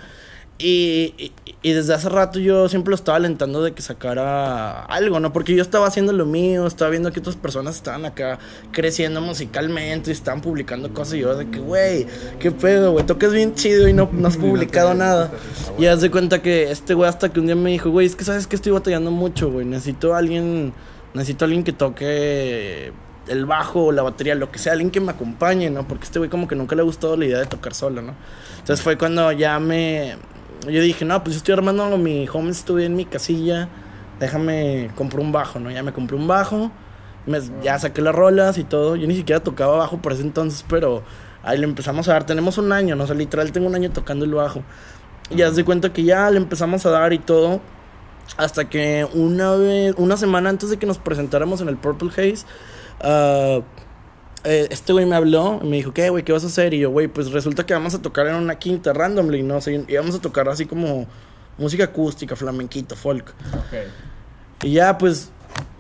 [SPEAKER 4] Y, y- y desde hace rato yo siempre lo estaba alentando de que sacara algo, ¿no? Porque yo estaba haciendo lo mío, estaba viendo que otras personas estaban acá creciendo musicalmente y estaban publicando cosas. Y yo de que, güey, qué pedo, güey, tocas bien chido y no, no has publicado nada. Y haz de cuenta que este güey hasta que un día me dijo, güey, es que sabes que estoy batallando mucho, güey, necesito a alguien, necesito a alguien que toque el bajo o la batería, lo que sea, alguien que me acompañe, ¿no? Porque este güey como que nunca le ha gustado la idea de tocar solo, ¿no? Entonces fue cuando ya me... Yo dije, no, pues yo estoy armando mi home studio en mi casilla, déjame, compro un bajo, ¿no? Ya me compré un bajo, me- ya saqué las rolas y todo. Yo ni siquiera tocaba bajo por ese entonces, pero ahí le empezamos a dar. Tenemos un año, ¿no? O sea, literal tengo un año tocando el bajo. Y haz de cuenta que ya le empezamos a dar y todo. Hasta que una vez, una semana antes de que nos presentáramos en el Purple Haze, ah, eh, este güey me habló y me dijo, ¿qué, güey? ¿Qué vas a hacer? Y yo, güey, pues resulta que vamos a tocar en una quinta randomly, ¿no? O sea, y vamos a tocar así como música acústica, flamenquito, folk. Y ya, pues,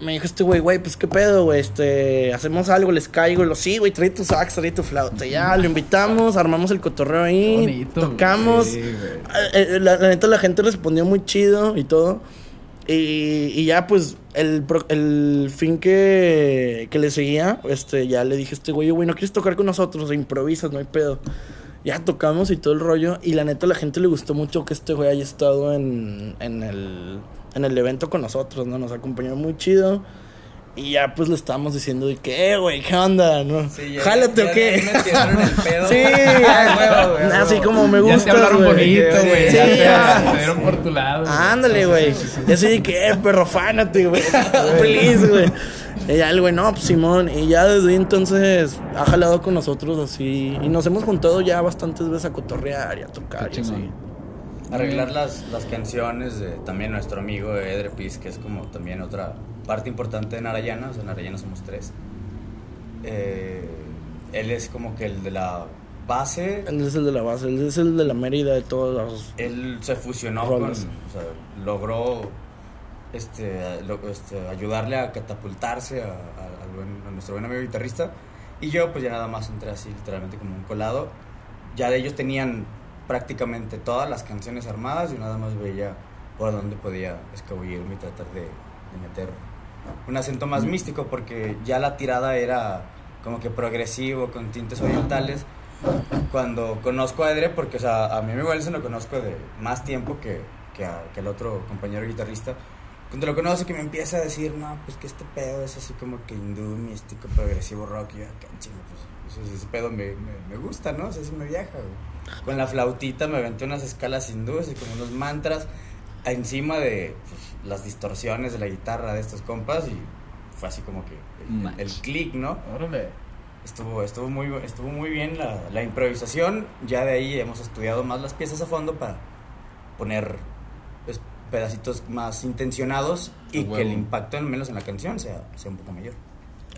[SPEAKER 4] me dijo este güey, güey, pues qué pedo, güey, este, hacemos algo, les caigo, y lo sí, güey, trae tu sax, trae tu flauta, ya, lo invitamos, armamos el cotorreo ahí,
[SPEAKER 1] Bonito, güey.
[SPEAKER 4] tocamos,
[SPEAKER 2] Sí, güey.
[SPEAKER 4] eh, eh, la, la neta la gente respondió muy chido y todo. Y, y ya pues el, pro- el fin que, que le seguía, este, ya le dije a este güey, güey, ¿no quieres tocar con nosotros? Improvisas, no hay pedo. Ya tocamos y todo el rollo. Y la neta la gente le gustó mucho que este güey haya estado en, en, el, en el evento con nosotros, ¿no? Nos acompañó muy chido. Y ya pues le estábamos diciendo de que, "Eh, güey, ¿qué onda? ¿No? Jálate o qué. *laughs* Sí,
[SPEAKER 1] *laughs*
[SPEAKER 4] así como me
[SPEAKER 1] Ya
[SPEAKER 4] gusta.
[SPEAKER 1] te hablaron bonito, güey.
[SPEAKER 4] Sí,
[SPEAKER 1] ya te-
[SPEAKER 4] ya.
[SPEAKER 1] te dieron por tu lado. güey.
[SPEAKER 4] Ándale, güey. Y así de que, eh, perro, fánate, güey. *laughs* Feliz, güey. Y ya el güey, no, pues, Simón. Y ya desde ahí entonces ha jalado con nosotros así. Y nos hemos juntado ya bastantes veces a cotorrear y a tocar
[SPEAKER 2] Qué
[SPEAKER 4] y así.
[SPEAKER 2] chingón.
[SPEAKER 3] Arreglar las, las canciones de también nuestro amigo Edre Piz, que es como también otra parte importante de Narayana. O sea, en Narayana somos tres. Eh, él es como que el de la base.
[SPEAKER 4] Él es el de la base, él es el de la Mérida de todos los.
[SPEAKER 3] Él se fusionó con. O
[SPEAKER 4] Rolas.
[SPEAKER 3] sea, logró este, lo- este, ayudarle a catapultarse a, a- al buen- a nuestro buen amigo guitarrista. Y yo, pues ya nada más entré así, literalmente como un colado. Ya de ellos tenían prácticamente todas las canciones armadas. Yo nada más veía por dónde podía escabullirme y tratar de, de meter un acento más místico, porque ya la tirada era como que progresivo, con tintes orientales. Cuando conozco a Edre, porque o sea, a mi amigo Elson lo conozco de más tiempo que, que, a- que al otro compañero guitarrista. Cuando lo conozco, que me empieza a decir, no, pues que este pedo es así como que hindú, místico, progresivo rock. Y yo, "Ah, chinga, pues eso- ese pedo me, me- me gusta, ¿no? O sea, sí me viaja, güey". Con la flautita me aventé unas escalas hindúes y como unos mantras encima de pues, las distorsiones de la guitarra de estos compas y fue así como que el, el- el
[SPEAKER 2] Match.
[SPEAKER 3] click, ¿no?
[SPEAKER 1] Órale.
[SPEAKER 3] Estuvo, estuvo, muy, bu- estuvo muy bien la, la improvisación. Ya de ahí hemos estudiado más las piezas a fondo para poner pues, pedacitos más intencionados y
[SPEAKER 1] A huevo.
[SPEAKER 3] que el impacto, al menos en la canción, sea, sea un poco mayor.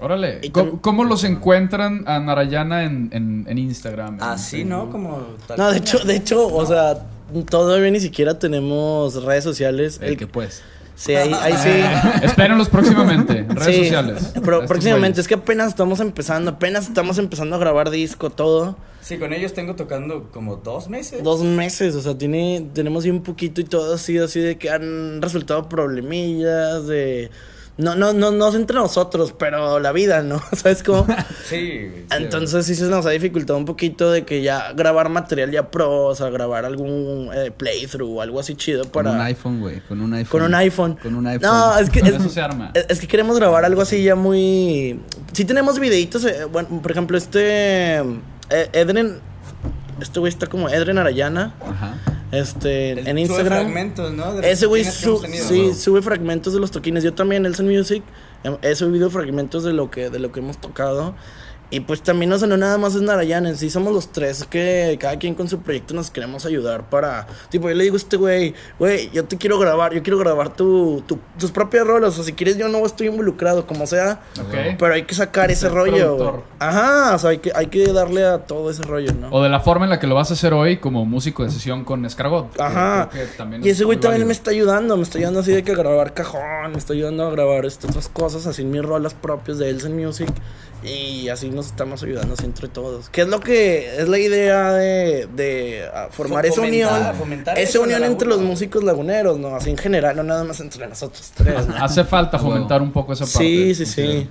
[SPEAKER 1] Órale.
[SPEAKER 4] Y
[SPEAKER 1] ¿Cómo,
[SPEAKER 4] también-
[SPEAKER 1] cómo los encuentran a Narayana en, en, en Instagram? en
[SPEAKER 3] Así,
[SPEAKER 1] Facebook?
[SPEAKER 3] ¿no? Como tal-
[SPEAKER 4] Ah, No, de hecho, de hecho, o sea, todavía ni siquiera tenemos redes sociales.
[SPEAKER 2] El que pues.
[SPEAKER 4] Sí, ahí, ahí
[SPEAKER 1] *laughs*
[SPEAKER 4] sí.
[SPEAKER 1] Espérenlos próximamente en redes
[SPEAKER 4] Sí,
[SPEAKER 1] sociales. Este
[SPEAKER 4] Pero
[SPEAKER 1] Estos
[SPEAKER 4] próximamente, es
[SPEAKER 1] güeyes.
[SPEAKER 4] que apenas estamos empezando, apenas estamos empezando a grabar disco, todo.
[SPEAKER 3] Sí, con ellos tengo tocando como dos meses.
[SPEAKER 4] Dos meses, o sea, tiene, tenemos bien poquito y todo ha sido así de que han resultado problemillas, de... No, no, no, no es entre nosotros, pero la vida, ¿no? *laughs* ¿Sabes cómo?
[SPEAKER 3] Sí, güey.
[SPEAKER 4] Entonces sí se nos ha dificultado un poquito de que ya grabar material ya pro, o sea, grabar algún eh, playthrough o algo así chido para...
[SPEAKER 2] Con un iPhone, güey. Con un iPhone.
[SPEAKER 4] Con un iPhone.
[SPEAKER 2] Con un iPhone.
[SPEAKER 4] No, es que.
[SPEAKER 1] Con
[SPEAKER 4] Es,
[SPEAKER 1] eso se arma.
[SPEAKER 4] es- es que queremos grabar algo así ya muy. Sí, tenemos videitos. eh, bueno, por ejemplo, este. eh, Edren. Este güey está como Edren Arayana.
[SPEAKER 2] Ajá.
[SPEAKER 4] Este.
[SPEAKER 3] El-
[SPEAKER 4] en
[SPEAKER 3] sube
[SPEAKER 4] Instagram.
[SPEAKER 3] fragmentos, ¿no? De los
[SPEAKER 4] Ese güey
[SPEAKER 3] toquines que hemos
[SPEAKER 4] su-
[SPEAKER 3] tenido.
[SPEAKER 4] sí, sube fragmentos de los toquines. Yo también, Nelson Music. em, He subido fragmentos de lo que, de lo que hemos tocado. Y pues también, o sea, no nada más es Narayana, en sí somos los tres que cada quien con su proyecto nos queremos ayudar para... Tipo, yo le digo a este güey, güey, yo te quiero grabar, yo quiero grabar tu, tu- tus propias rolas, o sea, si quieres yo no estoy involucrado, como sea,
[SPEAKER 1] Ok.
[SPEAKER 4] pero hay que sacar ese
[SPEAKER 1] Ser
[SPEAKER 4] rollo.
[SPEAKER 1] productor.
[SPEAKER 4] güey. Ajá, o sea, hay que, hay que darle a todo ese rollo, ¿no?
[SPEAKER 1] O de la forma en la que lo vas a hacer hoy como músico de sesión con Escargot. que
[SPEAKER 4] Ajá.
[SPEAKER 1] creo que también
[SPEAKER 4] Y
[SPEAKER 1] es
[SPEAKER 4] ese güey
[SPEAKER 1] muy
[SPEAKER 4] también me
[SPEAKER 1] válido.
[SPEAKER 4] está ayudando, me está ayudando así de que a grabar cajón, me está ayudando a grabar estas otras cosas, así mis rolas propias de Elsen Music. Y así nos estamos ayudando así entre todos. ¿Qué es lo que es la idea de, de, ah, formar esa
[SPEAKER 3] Fomentar-
[SPEAKER 4] unión?
[SPEAKER 3] fomentar
[SPEAKER 4] esa
[SPEAKER 3] eso en la
[SPEAKER 4] unión entre los
[SPEAKER 3] laguna.
[SPEAKER 4] músicos laguneros, ¿no? Así en general, no nada más entre nosotros tres. ¿no?
[SPEAKER 1] Hace
[SPEAKER 4] *laughs*
[SPEAKER 1] falta fomentar un poco esa parte.
[SPEAKER 4] Sí, sí, sí.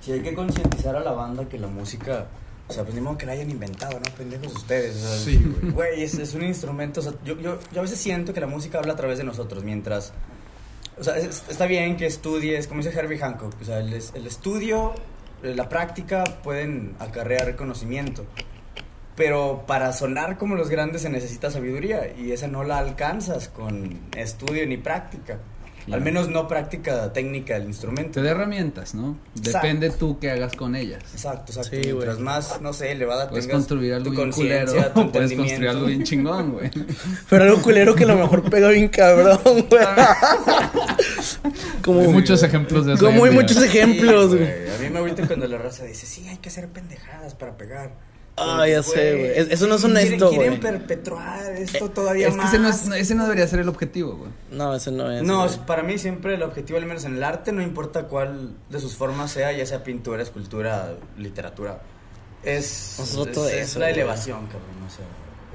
[SPEAKER 3] Sí, hay que concientizar a la banda que la música. O sea, pues ni modo que la hayan inventado, ¿no? Pendejos ustedes. o sea,
[SPEAKER 1] Sí, güey.
[SPEAKER 3] Güey, es, es un instrumento. O sea, yo, yo, yo a veces siento que la música habla a través de nosotros, mientras. O sea, es- está bien que estudies, como dice Herbie Hancock. O sea, el, es- el estudio eh, la práctica pueden acarrear conocimiento. Pero para sonar como los grandes se necesita sabiduría y esa no la alcanzas con estudio ni práctica. Al
[SPEAKER 2] Claro.
[SPEAKER 3] menos no práctica técnica del instrumento.
[SPEAKER 2] Te da herramientas, ¿no?
[SPEAKER 3] Exacto.
[SPEAKER 2] Depende tú qué hagas con ellas.
[SPEAKER 3] Exacto, exacto.
[SPEAKER 4] Sí,
[SPEAKER 3] Mientras
[SPEAKER 4] güey.
[SPEAKER 3] más, no sé, elevada
[SPEAKER 2] Puedes
[SPEAKER 3] tengas
[SPEAKER 2] construir
[SPEAKER 3] tu
[SPEAKER 2] algo bien culero,
[SPEAKER 3] conciencia, tu
[SPEAKER 2] *laughs* puedes construir
[SPEAKER 3] entendimiento.
[SPEAKER 2] algo bien
[SPEAKER 3] *laughs*
[SPEAKER 2] chingón, güey.
[SPEAKER 4] Pero era un culero que a lo mejor pega bien cabrón,
[SPEAKER 1] *laughs*
[SPEAKER 4] güey. Como
[SPEAKER 1] Ah. Hay muchos ejemplos de eso.
[SPEAKER 4] Como
[SPEAKER 1] hoy
[SPEAKER 4] hay
[SPEAKER 1] en día.
[SPEAKER 4] muchos *laughs* ejemplos,
[SPEAKER 3] Sí,
[SPEAKER 4] güey.
[SPEAKER 3] A mí me agüita cuando la raza dice, sí, hay que hacer pendejadas para pegar.
[SPEAKER 4] Ah, ya sé, güey. Es- eso no es
[SPEAKER 3] quieren-
[SPEAKER 4] honesto,
[SPEAKER 3] Quieren,
[SPEAKER 4] güey.
[SPEAKER 3] perpetuar esto todavía
[SPEAKER 2] Eh, Es que
[SPEAKER 3] más.
[SPEAKER 2] ese no, es- ese no debería ser el objetivo, güey.
[SPEAKER 4] No, ese no es.
[SPEAKER 3] No,
[SPEAKER 4] güey.
[SPEAKER 3] es- para mí siempre el objetivo, al menos en el arte, no importa cuál de sus formas sea, ya sea pintura, escultura, literatura, es,
[SPEAKER 4] Pues Es otro
[SPEAKER 3] es-
[SPEAKER 4] de
[SPEAKER 3] es
[SPEAKER 4] eso,
[SPEAKER 3] la
[SPEAKER 4] güey.
[SPEAKER 3] elevación, cabrón, o sea,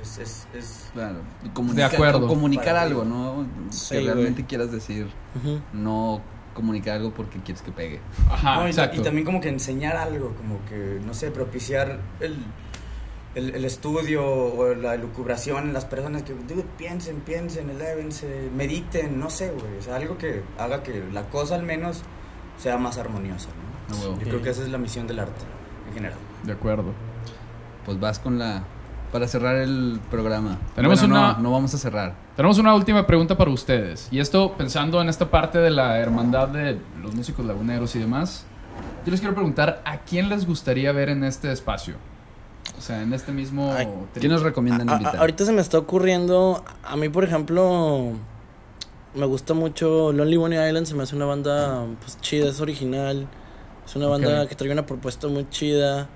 [SPEAKER 3] es, es, es-
[SPEAKER 2] Claro. Y comunicar-
[SPEAKER 1] De acuerdo.
[SPEAKER 2] Comunicar
[SPEAKER 3] Para
[SPEAKER 2] algo,
[SPEAKER 3] mí.
[SPEAKER 2] ¿no?
[SPEAKER 4] Sí,
[SPEAKER 2] que
[SPEAKER 4] güey.
[SPEAKER 2] realmente quieras decir,
[SPEAKER 4] Ujú.
[SPEAKER 2] no comunicar algo porque quieres que pegue. Ah,
[SPEAKER 1] Ajá,
[SPEAKER 3] no, y,
[SPEAKER 1] exacto.
[SPEAKER 3] y también como que enseñar algo, como que, no sé, propiciar el, el, el estudio o la elucubración en las personas que, dude, piensen, piensen, elévense, mediten, no sé, güey, o sea, algo que haga que la cosa al menos sea más armoniosa, ¿no?
[SPEAKER 2] A huevo.
[SPEAKER 3] Yo creo que esa es la misión del arte, en general.
[SPEAKER 1] De acuerdo.
[SPEAKER 2] Pues vas con la. Para cerrar el programa.
[SPEAKER 1] Tenemos
[SPEAKER 2] Bueno,
[SPEAKER 1] una-
[SPEAKER 2] No, no vamos a cerrar.
[SPEAKER 1] Tenemos una última pregunta para ustedes. Y esto pensando en esta parte de la hermandad de los músicos laguneros y demás. Yo les quiero preguntar a quién les gustaría ver en este espacio. O sea, en este mismo.
[SPEAKER 4] Ay,
[SPEAKER 1] tri-
[SPEAKER 2] ¿Quién nos
[SPEAKER 3] Ah,
[SPEAKER 2] recomiendan
[SPEAKER 4] A- a-
[SPEAKER 2] invitar?
[SPEAKER 4] ahorita se me está ocurriendo, a mí por ejemplo, me gusta mucho Lonely Bonnie Island, se me hace una banda pues, chida, es original, es una banda
[SPEAKER 1] Ok.
[SPEAKER 4] que trae una propuesta muy chida.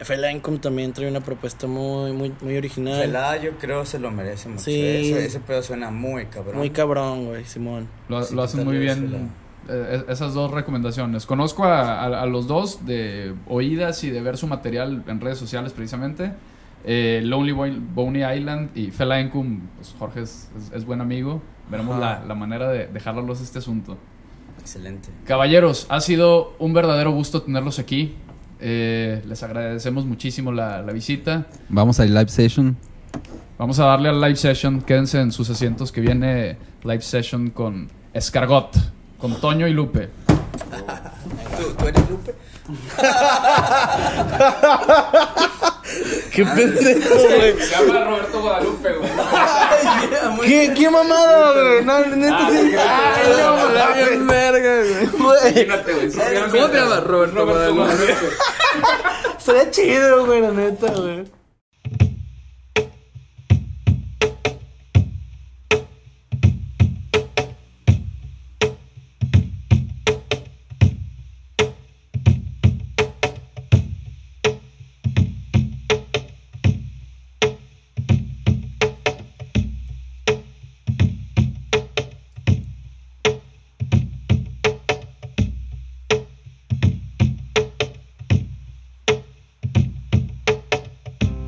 [SPEAKER 4] Felancom también trae una propuesta muy, muy, muy original.
[SPEAKER 3] Felá, yo creo se lo merece mucho.
[SPEAKER 4] Sí.
[SPEAKER 3] Ese, ese pedo suena muy cabrón.
[SPEAKER 4] Muy cabrón, güey, Simón.
[SPEAKER 1] Lo,
[SPEAKER 3] Sí,
[SPEAKER 1] lo hacen
[SPEAKER 3] tal
[SPEAKER 1] muy
[SPEAKER 3] vez
[SPEAKER 1] bien. eh, esas dos recomendaciones. Conozco a, a- a los dos de oídas y de ver su material en redes sociales precisamente. Eh, Lonely Boy- Boney Island y Fela Encum, pues Jorge es, es- es buen amigo. Veremos
[SPEAKER 4] Ajá.
[SPEAKER 1] la, la manera de, de jalarlos a este asunto.
[SPEAKER 3] Excelente.
[SPEAKER 1] Caballeros, ha sido un verdadero gusto tenerlos aquí. Eh, les agradecemos muchísimo la, la visita.
[SPEAKER 2] Vamos al live session.
[SPEAKER 1] Vamos a darle al live session. Quédense en sus asientos que viene live session con Escargot, con Toño y Lupe.
[SPEAKER 3] ¿Tú, tú eres Lupe?
[SPEAKER 1] Ah,
[SPEAKER 4] ¡Qué pendejo, güey!
[SPEAKER 1] Se llama Roberto Guadalupe, güey.
[SPEAKER 4] ¿Qué, qué mamada, güey? No, neta, sí. Ay, *laughs* no, la bien verga, güey. güey.
[SPEAKER 2] ¿Cómo te llamas, Roberto?
[SPEAKER 4] *laughs* Sería chido, güey, la neta, güey.
[SPEAKER 5] Thank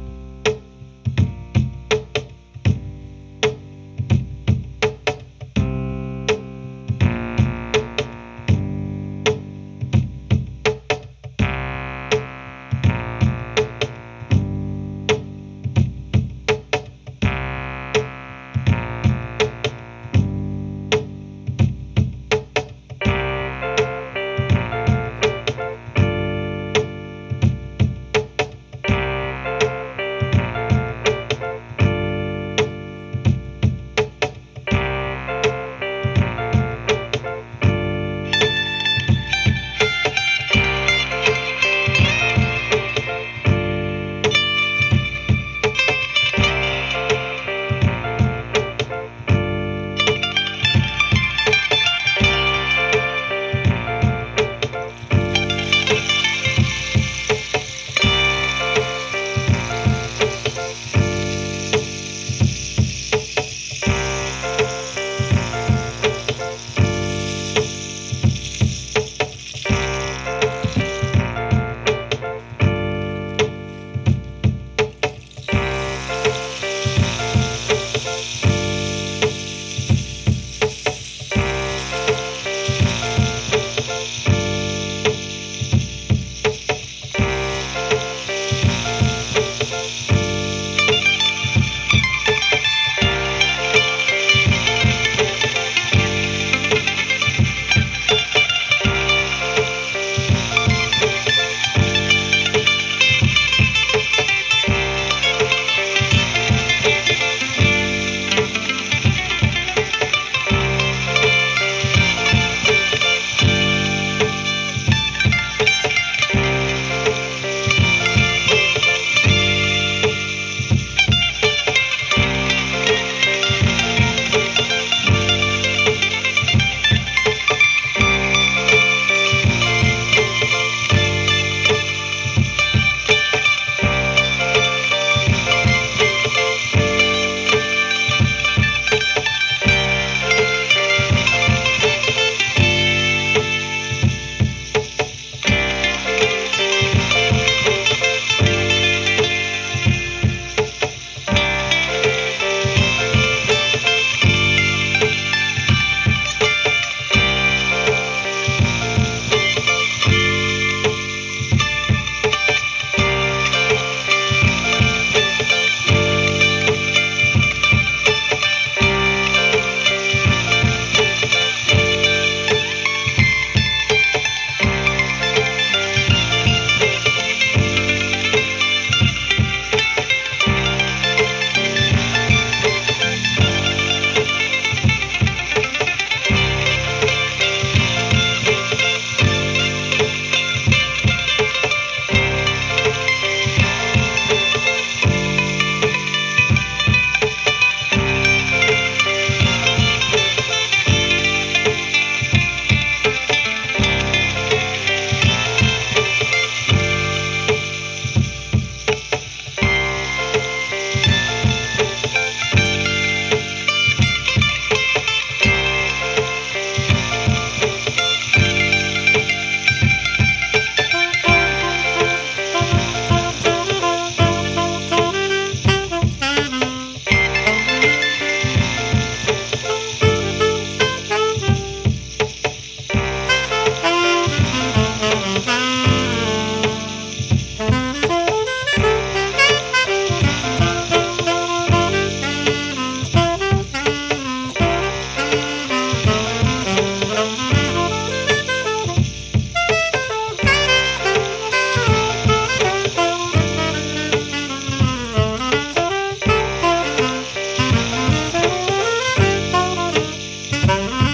[SPEAKER 5] Thank you.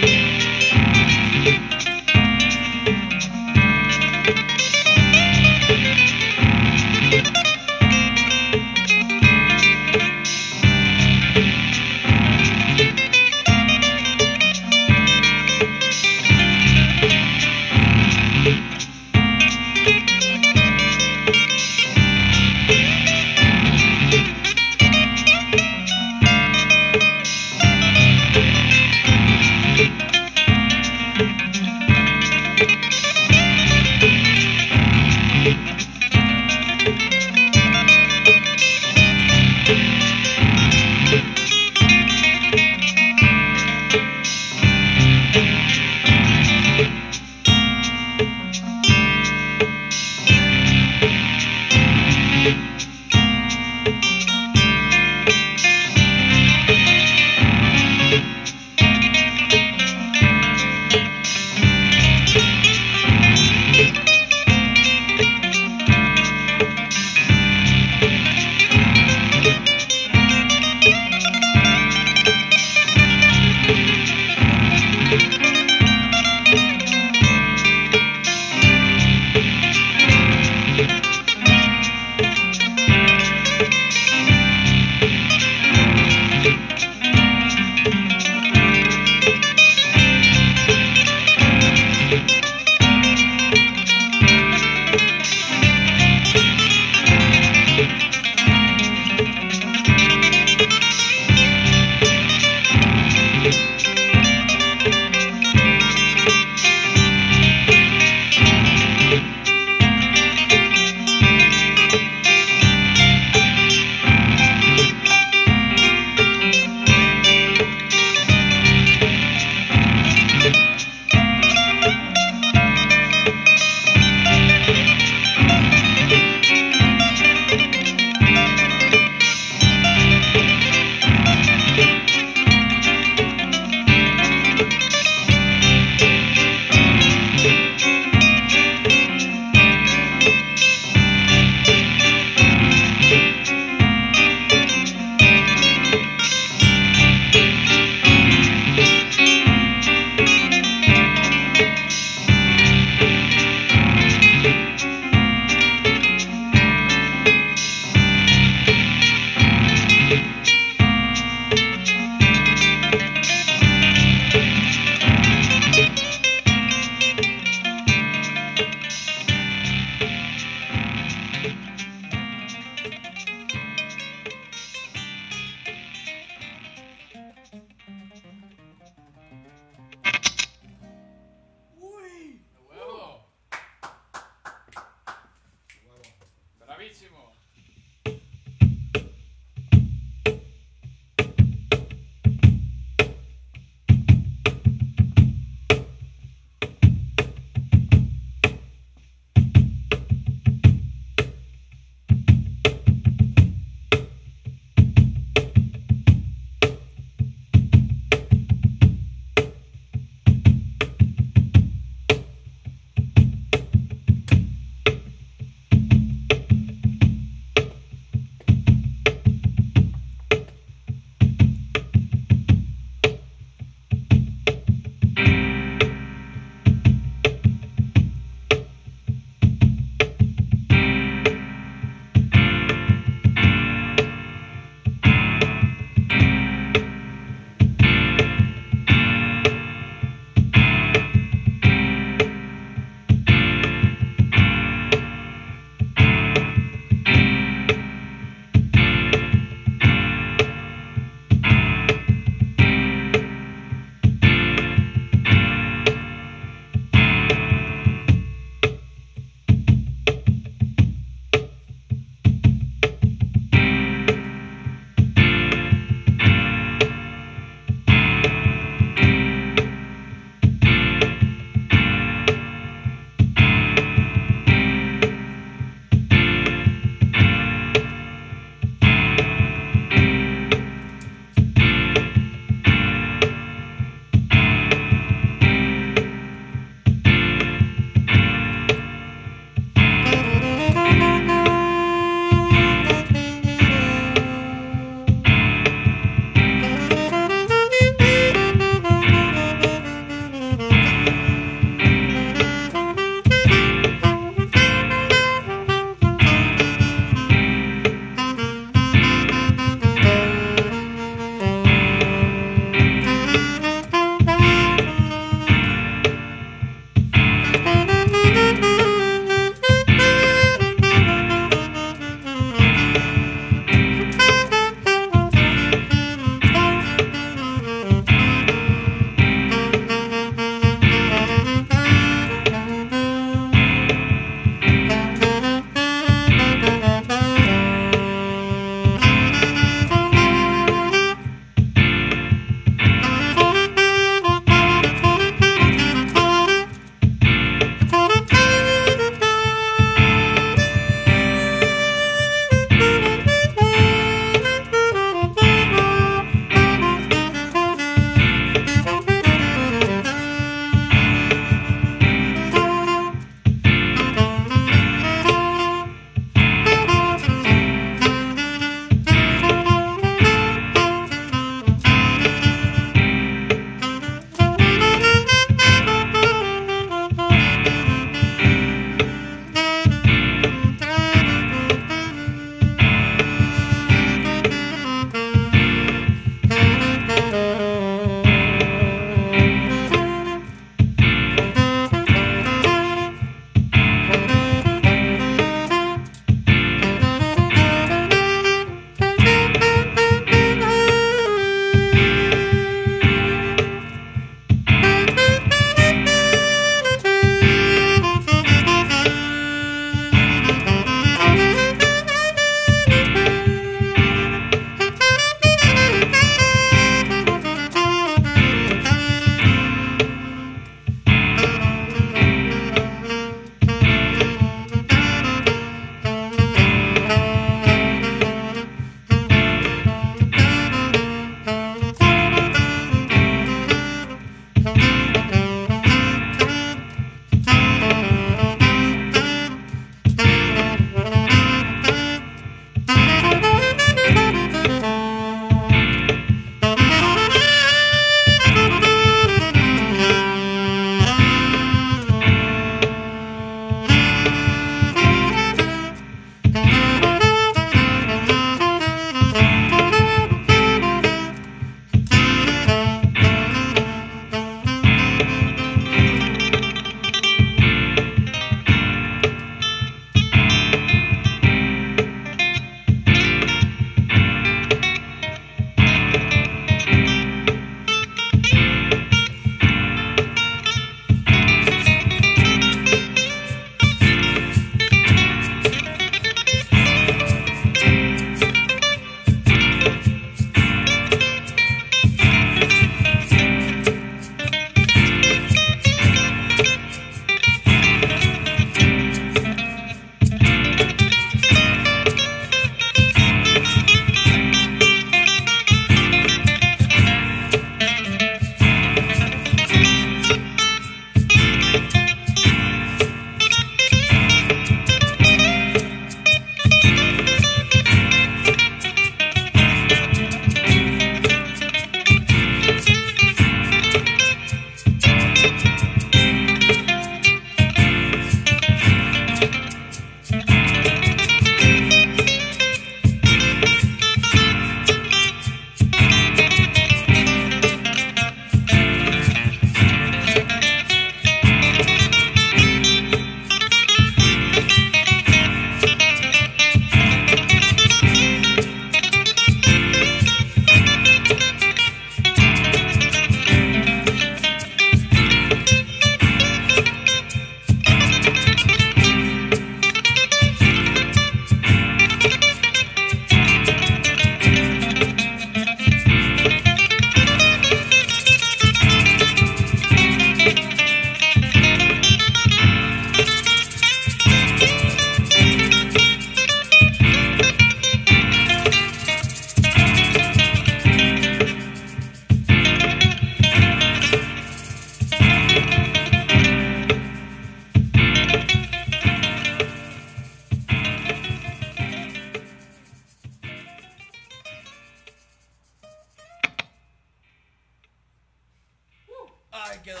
[SPEAKER 4] quedó.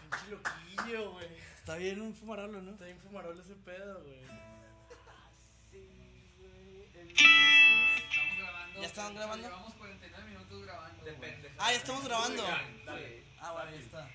[SPEAKER 5] Pinche loquillo, güey.
[SPEAKER 4] Está bien un fumarolo, ¿no?
[SPEAKER 5] Está bien fumarol ese pedo, güey.
[SPEAKER 2] Estamos grabando.
[SPEAKER 4] ¿Ya estaban grabando?
[SPEAKER 2] Llevamos 49 minutos grabando. Depende.
[SPEAKER 4] Ah, ya estamos grabando.
[SPEAKER 5] Dale.
[SPEAKER 4] Ah, bueno, ya está.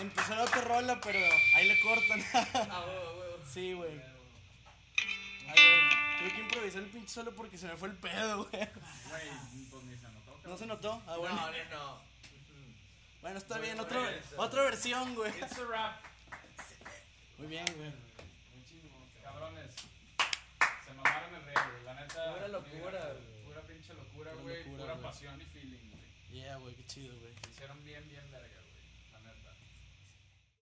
[SPEAKER 3] empezar otra rola, pero ahí le cortan. Ah, *laughs* Sí, güey. Ay, güey. Tuve que improvisar el pinche solo porque se me fue el pedo, güey. ¿No se notó? Ah, bueno.
[SPEAKER 4] no.
[SPEAKER 3] Bueno, está bien. Otra, otra versión, güey. Muy bien, güey.
[SPEAKER 1] Cabrones. Se mamaron el rey, la neta.
[SPEAKER 4] Pura locura, güey.
[SPEAKER 1] Pura pinche locura,
[SPEAKER 3] Pura
[SPEAKER 1] güey.
[SPEAKER 3] locura,
[SPEAKER 1] Pura
[SPEAKER 3] güey.
[SPEAKER 1] pasión y feeling, güey.
[SPEAKER 3] Yeah, güey, qué chido, güey.
[SPEAKER 1] Hicieron bien, bien verga,